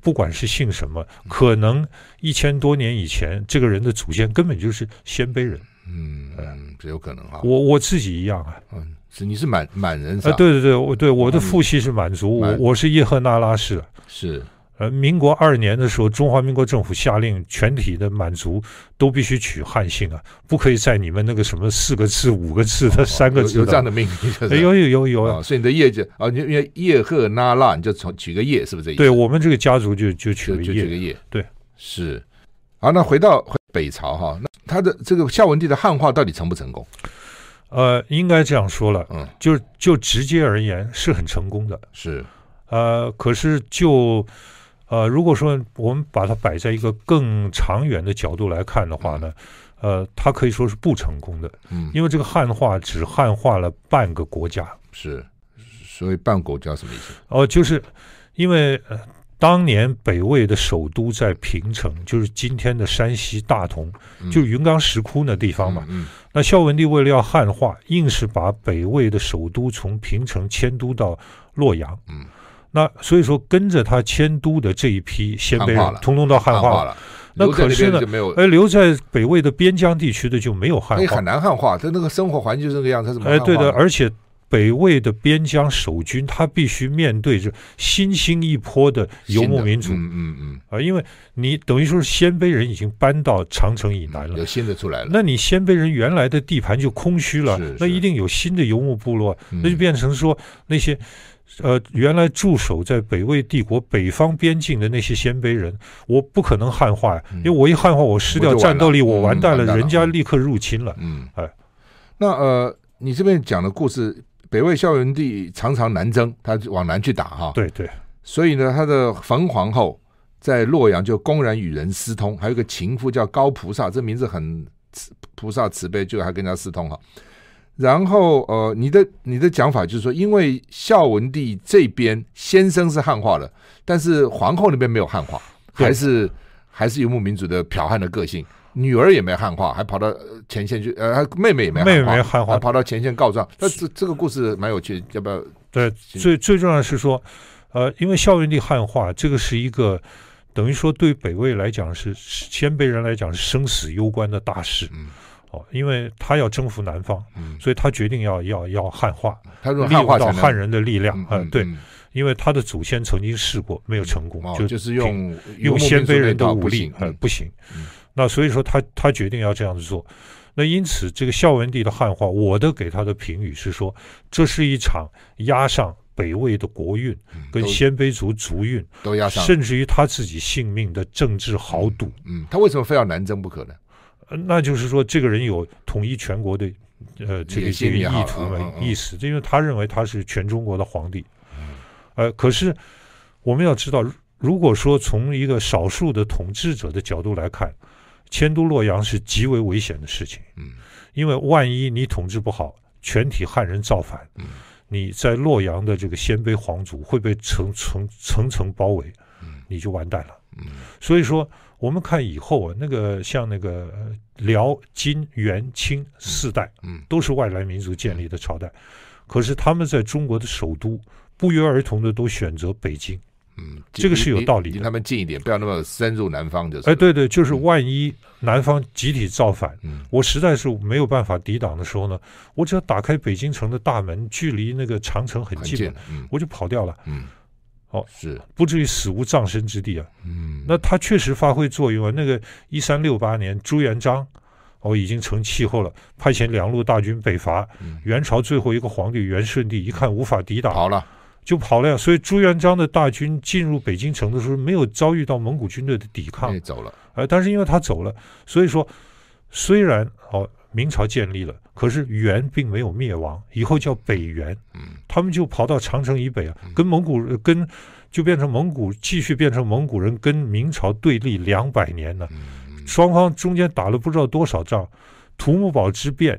Speaker 2: 不管是姓什么，
Speaker 1: 嗯
Speaker 2: 可能一千多年以前，这个人的祖先根本就是鲜卑人。
Speaker 1: 嗯嗯，这有可能哈。
Speaker 2: 哎我我自己一样啊，
Speaker 1: 嗯，是你是满满人是
Speaker 2: 啊，
Speaker 1: 吧？，
Speaker 2: 对对对，我对我的
Speaker 1: 嗯
Speaker 2: 父系是满族，我
Speaker 1: 满
Speaker 2: 我是叶赫那拉氏。
Speaker 1: 是
Speaker 2: 呃，民国二年的时候，中华民国政府下令全体的满族都必须取汉姓啊，不可以在你们那个什么四个字、五个字的、三个
Speaker 1: 哦有
Speaker 2: 字
Speaker 1: 有这样
Speaker 2: 的。
Speaker 1: 的命令，就是
Speaker 2: 哎有有有有
Speaker 1: 啊，所以你的叶就啊，你因为叶赫那拉，你就从取个叶，是不是这意思？
Speaker 2: 对我们这个家族就就取
Speaker 1: 就
Speaker 2: 了
Speaker 1: 就取
Speaker 2: 叶
Speaker 1: 个叶，
Speaker 2: 对，
Speaker 1: 是。好，那回到回北朝哈，那他的这个孝文帝的汉化到底成不成功？
Speaker 2: 呃，应该这样说了，
Speaker 1: 嗯，
Speaker 2: 就就直接而言是很成功的。
Speaker 1: 是，
Speaker 2: 呃，可是就呃，如果说我们把它摆在一个更长远的角度来看的话呢，呃，它可以说是不成功的。
Speaker 1: 嗯，
Speaker 2: 因为这个汉化只汉化了半个国家，
Speaker 1: 是。所以半国叫什么意思？
Speaker 2: 哦、就是因为、呃、当年北魏的首都在平城，就是今天的山西大同，
Speaker 1: 嗯
Speaker 2: 就是云冈石窟那地方嘛。
Speaker 1: 嗯，
Speaker 2: 那孝文帝为了要汉化，硬是把北魏的首都从平城迁都到洛阳。
Speaker 1: 嗯，
Speaker 2: 那所以说跟着他迁都的这一批鲜卑
Speaker 1: 汉化
Speaker 2: 人
Speaker 1: 了，
Speaker 2: 通通到汉
Speaker 1: 汉
Speaker 2: 化了。
Speaker 1: 了。
Speaker 2: 那
Speaker 1: 留在
Speaker 2: 可是
Speaker 1: 边
Speaker 2: 呢
Speaker 1: 就没有，
Speaker 2: 而留在北魏的边疆地区的就没有汉
Speaker 1: 那也
Speaker 2: 化
Speaker 1: 很，难汉化，他那个生活环境就这个样子，他怎么
Speaker 2: 哎，
Speaker 1: 汉化
Speaker 2: 对
Speaker 1: 呢？
Speaker 2: 的，而且北魏的边疆守军，他必须面对着新兴一波的游牧民族
Speaker 1: 新的嗯嗯嗯，
Speaker 2: 啊，因为你等于说是鲜卑人已经搬到长城以南
Speaker 1: 嗯
Speaker 2: 了
Speaker 1: 有。新的出来了，
Speaker 2: 那你鲜卑人原来的地盘就空虚了
Speaker 1: 是是，嗯
Speaker 2: 那一定有新的游牧部落，那就变成说那些呃，原来驻守在北魏帝国北方边境的那些鲜卑人，我不可能汉化呀，
Speaker 1: 嗯
Speaker 2: 因为我一汉化，我失掉
Speaker 1: 我就完
Speaker 2: 战斗力，
Speaker 1: 了
Speaker 2: 我完
Speaker 1: 嗯
Speaker 2: 蛋了，
Speaker 1: 完蛋了
Speaker 2: 人家立刻入侵了。
Speaker 1: 嗯，
Speaker 2: 哎，
Speaker 1: 那呃，你这边讲的故事，北魏孝文帝常常南征，他就往南去打哈，，
Speaker 2: 对对，
Speaker 1: 所以呢，他的冯皇后在洛阳就公然与人私通，还有一个情妇叫高菩萨，这名字很慈菩萨慈悲，就还跟人家私通哈。然后呃，你的你的讲法就是说，因为孝文帝这边先生是汉化了，但是皇后那边没有汉化，
Speaker 2: 对
Speaker 1: 还是还是游牧民族的剽悍的个性。女儿也没汉化，还跑到呃前线去，呃，还妹妹也没
Speaker 2: 妹妹
Speaker 1: 汉化，啊
Speaker 2: 没汉化
Speaker 1: 还跑到前线告状。那这这个故事蛮有趣的，要不要？
Speaker 2: 对，
Speaker 1: 是
Speaker 2: 最最重要的是说，呃，因为孝文帝汉化，这个是一个等于说对北魏来讲是是鲜卑人来讲是生死攸关的大事
Speaker 1: 嗯
Speaker 2: 哦，因为他要征服南方，
Speaker 1: 嗯，
Speaker 2: 所以他决定要要要汉化，
Speaker 1: 他说
Speaker 2: 利
Speaker 1: 汉化才
Speaker 2: 用到
Speaker 1: 能
Speaker 2: 汉人的力量
Speaker 1: 嗯
Speaker 2: 啊、
Speaker 1: 嗯
Speaker 2: 对，
Speaker 1: 嗯
Speaker 2: 因为他的祖先曾经试过，没有成功，
Speaker 1: 哦，
Speaker 2: 就
Speaker 1: 就是
Speaker 2: 凭
Speaker 1: 用
Speaker 2: 用
Speaker 1: 牧
Speaker 2: 鲜
Speaker 1: 民族
Speaker 2: 卑
Speaker 1: 那
Speaker 2: 人的
Speaker 1: 套
Speaker 2: 武
Speaker 1: 不
Speaker 2: 力
Speaker 1: 行，
Speaker 2: 呃
Speaker 1: 嗯，
Speaker 2: 不行
Speaker 1: 嗯。
Speaker 2: 那所以说他他决定要这样子做。那因此，这个孝文帝的汉化，我的给他的评语是说，这是一场压上北魏的国运跟
Speaker 1: 嗯都
Speaker 2: 鲜卑族族运，
Speaker 1: 都压上了。
Speaker 2: 甚至于他自己性命的政治豪赌。
Speaker 1: 嗯，他为什么非要南征不可呢？
Speaker 2: 呃那就是说，这个人有统一全国的呃这
Speaker 1: 野
Speaker 2: 个这
Speaker 1: 心
Speaker 2: 个意
Speaker 1: 也好
Speaker 2: 图
Speaker 1: 嗯嗯
Speaker 2: 嘛
Speaker 1: 嗯
Speaker 2: 意思，因为他认为他是全中国的皇帝。呃，可是我们要知道，如果说从一个少数的统治者的角度来看，迁都洛阳是极为危险的事情，
Speaker 1: 嗯
Speaker 2: 因为万一你统治不好，全体汉人造反
Speaker 1: 嗯，
Speaker 2: 你在洛阳的这个鲜卑皇族会被层层层层包围
Speaker 1: 嗯，
Speaker 2: 你就完蛋了。
Speaker 1: 嗯
Speaker 2: 所以说，我们看以后啊，那个像那个呃辽、金、元、清四代
Speaker 1: 嗯
Speaker 2: 都是外来民族建立的朝代，可是他们在中国的首都不约而同的都选择北京。
Speaker 1: 嗯，
Speaker 2: 这个是有
Speaker 1: 离
Speaker 2: 道理
Speaker 1: 离
Speaker 2: 的
Speaker 1: 他们近一点，不要那么深入南方，就是。
Speaker 2: 哎，，对对，就是
Speaker 1: 嗯
Speaker 2: 万一南方集体造反，
Speaker 1: 嗯
Speaker 2: 我实在是没有办法抵挡的时候呢，我只要打开北京城的大门，距离那个长城很
Speaker 1: 很
Speaker 2: 近
Speaker 1: 近
Speaker 2: 嘛，，
Speaker 1: 嗯
Speaker 2: 我就跑掉了，
Speaker 1: 嗯，
Speaker 2: 哦
Speaker 1: 是，
Speaker 2: 不至于死无葬身之地啊。
Speaker 1: 嗯，
Speaker 2: 那它确实发挥作用啊。那个一三六八年，朱元璋哦已经成气候了，派遣两路大军北伐。
Speaker 1: 嗯
Speaker 2: 元朝最后一个皇帝元顺帝一看无法抵挡，
Speaker 1: 跑了，
Speaker 2: 就跑了呀。所以朱元璋的大军进入北京城的时候，没有遭遇到蒙古军队的抵抗
Speaker 1: 也，哎走了，
Speaker 2: 呃，但是因为他走了，所以说虽然哦明朝建立了，可是元并没有灭亡，以后叫北元，
Speaker 1: 嗯
Speaker 2: 他们就跑到长城以北啊，跟蒙古呃跟就变成蒙古，继续变成蒙古人跟明朝对立两百年呢，
Speaker 1: 嗯
Speaker 2: 双方中间打了不知道多少仗，土木堡之变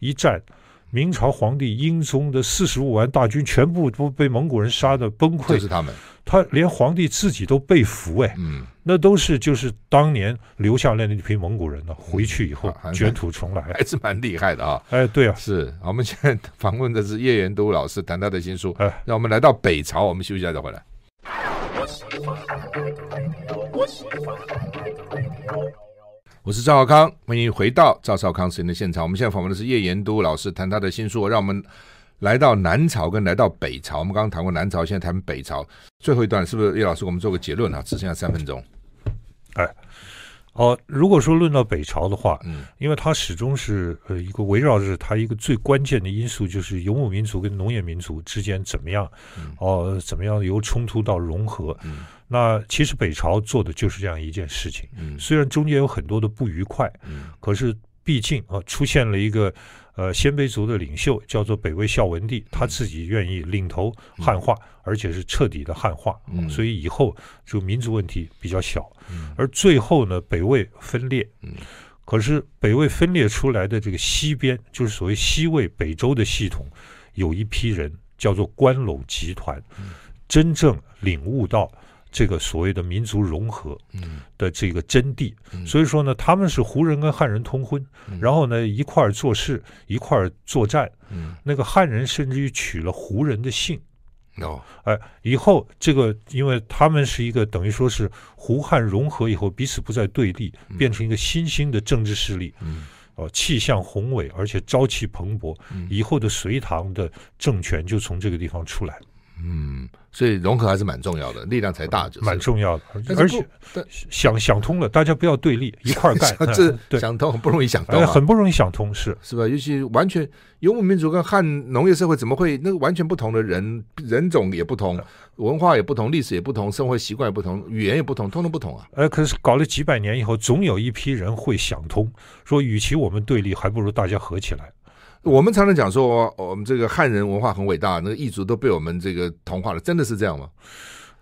Speaker 2: 一战。明朝皇帝英宗的四十五万大军全部都被蒙古人杀的崩
Speaker 1: 就
Speaker 2: 溃
Speaker 1: 是，他们，
Speaker 2: 他连皇帝自己都被俘哎，
Speaker 1: 嗯，
Speaker 2: 那都是就是当年留下来的那批蒙古人呢，回去以后
Speaker 1: 嗯啊还是
Speaker 2: 卷土重来。
Speaker 1: 还是蛮厉害的啊。
Speaker 2: 哎，对啊，
Speaker 1: 是我们现在访问的是叶元都老师谈他的新书，
Speaker 2: 哎，
Speaker 1: 让我们来到北朝，我们休息一下再回来。我是赵少康，欢迎回到赵少康时间的现场。我们现在访问的是叶延都老师，谈他的新书，让我们来到南朝跟来到北朝。我们刚刚谈过南朝，现在谈北朝。最后一段是不是叶老师给我们做个结论啊？只剩下三分钟。
Speaker 2: 哦，如果说论到北朝的话，
Speaker 1: 嗯
Speaker 2: 因为它始终是呃一个围绕着它一个最关键的因素，就是游牧民族跟农业民族之间怎么样
Speaker 1: 嗯，
Speaker 2: 哦、怎么样由冲突到融合。
Speaker 1: 嗯
Speaker 2: 那其实北朝做的就是这样一件事情，
Speaker 1: 嗯
Speaker 2: 虽然中间有很多的不愉快，
Speaker 1: 嗯
Speaker 2: 可是毕竟啊，出现了一个呃鲜卑族的领袖，叫做北魏孝文
Speaker 1: 嗯
Speaker 2: 帝，他自己愿意领头汉化，而且是彻底的汉化，
Speaker 1: 嗯
Speaker 2: 所以以后这个民族问题比较小。
Speaker 1: 嗯
Speaker 2: 而最后呢，北魏分裂，
Speaker 1: 嗯
Speaker 2: 可是北魏分裂出来的这个西边，就是所谓西魏北周的系统，有一批人叫做关陇集团，
Speaker 1: 嗯
Speaker 2: 真正领悟到这个所谓的民族融合，
Speaker 1: 嗯
Speaker 2: 的这个真谛，
Speaker 1: 嗯
Speaker 2: 所以说呢，他们是胡人跟汉人通婚，
Speaker 1: 嗯
Speaker 2: 然后呢一块儿做事，一块儿作战。
Speaker 1: 嗯，
Speaker 2: 那个汉人甚至于取了胡人的姓，
Speaker 1: 哦，
Speaker 2: 哎、以后这个因为他们是一个等于说是胡汉融合以后，彼此不再对立，变成一个新兴的政治势力，
Speaker 1: 嗯
Speaker 2: 哦、气象宏伟，而且朝气蓬勃。
Speaker 1: 嗯
Speaker 2: 以后的隋唐的政权就从这个地方出来。
Speaker 1: 嗯，所以融合还是蛮重要的，力量才大，就是
Speaker 2: 蛮重要的，
Speaker 1: 但
Speaker 2: 而
Speaker 1: 是
Speaker 2: 且
Speaker 1: 不但
Speaker 2: 想想通了，大家不要对立，一块儿干，嗯
Speaker 1: 这
Speaker 2: 对，
Speaker 1: 想通很不容易想通
Speaker 2: 哎，
Speaker 1: 啊，
Speaker 2: 很不容易想通，是
Speaker 1: 是吧？尤其完全游牧民族跟汉农业社会怎么会那个完全不同的人人种也不
Speaker 2: 嗯
Speaker 1: 同，文化也不同，历史也不同，生活习惯也不同，语言也不同，通通不同啊。
Speaker 2: 哎，可是搞了几百年以后，总有一批人会想通，说与其我们对立，还不如大家合起来。
Speaker 1: 我们常常讲说，哦我们这个汉人文化很伟大，那个异族都被我们这个同化了，真的是这样吗？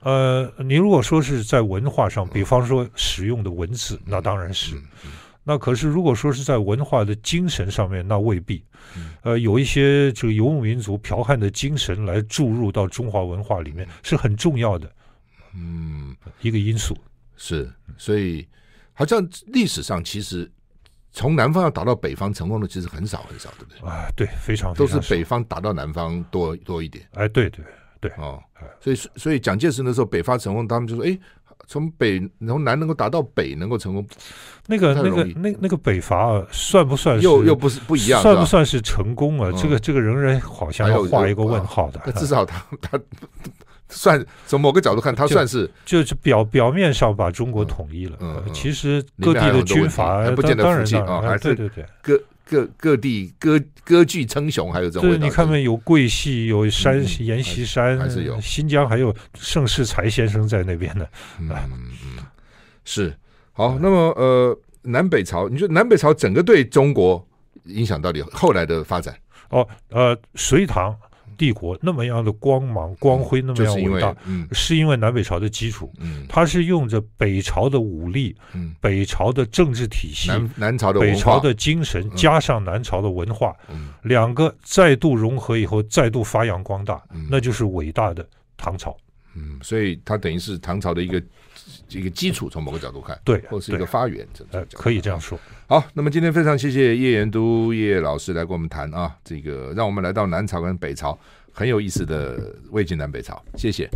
Speaker 2: 呃，你如果说是在文化上，比方说使用的文字，那当然
Speaker 1: 嗯
Speaker 2: 是。那可是如果说是在文化的精神上面，那未必。
Speaker 1: 嗯
Speaker 2: 呃，有一些这个游牧民族剽悍的精神来注入到中华文化里面，是很重要的
Speaker 1: 嗯，
Speaker 2: 一个因素。
Speaker 1: 是，所以好像历史上其实从南方要打到北方成功的其实很少很少，对不对？
Speaker 2: 啊，对，非常
Speaker 1: 都
Speaker 2: 非
Speaker 1: 是
Speaker 2: 常
Speaker 1: 北方打到南方多多一点。
Speaker 2: 少哎，对对，
Speaker 1: 哦
Speaker 2: 哎，
Speaker 1: 所以所以蒋介石那时候北伐成功，他们就说，哎，从北从南能够打到北能够成功，
Speaker 2: 那个
Speaker 1: 不太
Speaker 2: 那个
Speaker 1: 容易
Speaker 2: 那那个北伐啊算不算是
Speaker 1: 又又不是不一样，
Speaker 2: 算不
Speaker 1: 是吧？
Speaker 2: 算是成功啊？
Speaker 1: 嗯
Speaker 2: 这个这个仍然好像
Speaker 1: 还
Speaker 2: 要
Speaker 1: 有
Speaker 2: 画
Speaker 1: 有啊
Speaker 2: 一个问号的。啊
Speaker 1: 那至少他 他算从某个角度看，他
Speaker 2: 就
Speaker 1: 算是
Speaker 2: 就是表表面上把中国统一了，
Speaker 1: 嗯嗯
Speaker 2: 呃
Speaker 1: 嗯
Speaker 2: 其实
Speaker 1: 里
Speaker 2: 各
Speaker 1: 面还
Speaker 2: 地
Speaker 1: 有很多问
Speaker 2: 的军
Speaker 1: 题
Speaker 2: 阀
Speaker 1: 还不
Speaker 2: 当
Speaker 1: 见得
Speaker 2: 当
Speaker 1: 服
Speaker 2: 然
Speaker 1: 气
Speaker 2: 当
Speaker 1: 啊
Speaker 2: 然
Speaker 1: 还
Speaker 2: 哎对
Speaker 1: 是
Speaker 2: 对对。
Speaker 1: 各各各地割割据称雄，还有这种
Speaker 2: 对，
Speaker 1: 味道。
Speaker 2: 你看没有桂系，有山
Speaker 1: 嗯
Speaker 2: 西、
Speaker 1: 嗯
Speaker 2: 阎锡山，
Speaker 1: 还是有
Speaker 2: 新疆，还有盛世才先生在那边呢。
Speaker 1: 嗯嗯嗯，是好。那么呃，南北朝，你说南北朝整个对中国影响到底后来的发展，
Speaker 2: 哦，呃，隋唐帝国那么样的光芒光辉，那么
Speaker 1: 嗯就
Speaker 2: 样
Speaker 1: 是因
Speaker 2: 伟
Speaker 1: 为
Speaker 2: 大，
Speaker 1: 嗯
Speaker 2: 是因为南北朝的基础，
Speaker 1: 嗯
Speaker 2: 它是用着北朝的武力、
Speaker 1: 嗯，
Speaker 2: 北朝的政治体系、
Speaker 1: 南南朝的文
Speaker 2: 北
Speaker 1: 化，
Speaker 2: 朝的精神，
Speaker 1: 嗯
Speaker 2: 加上南朝的文化，
Speaker 1: 嗯
Speaker 2: 两个再度融合以后，再度发扬光大，
Speaker 1: 嗯
Speaker 2: 那就是伟大的唐朝。
Speaker 1: 嗯，所以它等于是唐朝的一个一个基础，从某个角度看，
Speaker 2: 对，
Speaker 1: 或是一
Speaker 2: 对
Speaker 1: 个，发源，这
Speaker 2: 呃
Speaker 1: 种，
Speaker 2: 可以这样说。
Speaker 1: 好，那么今天非常谢谢叶元都叶老师来跟我们谈啊，这个让我们来到南朝跟北朝，很有意思的魏晋南北朝，谢谢，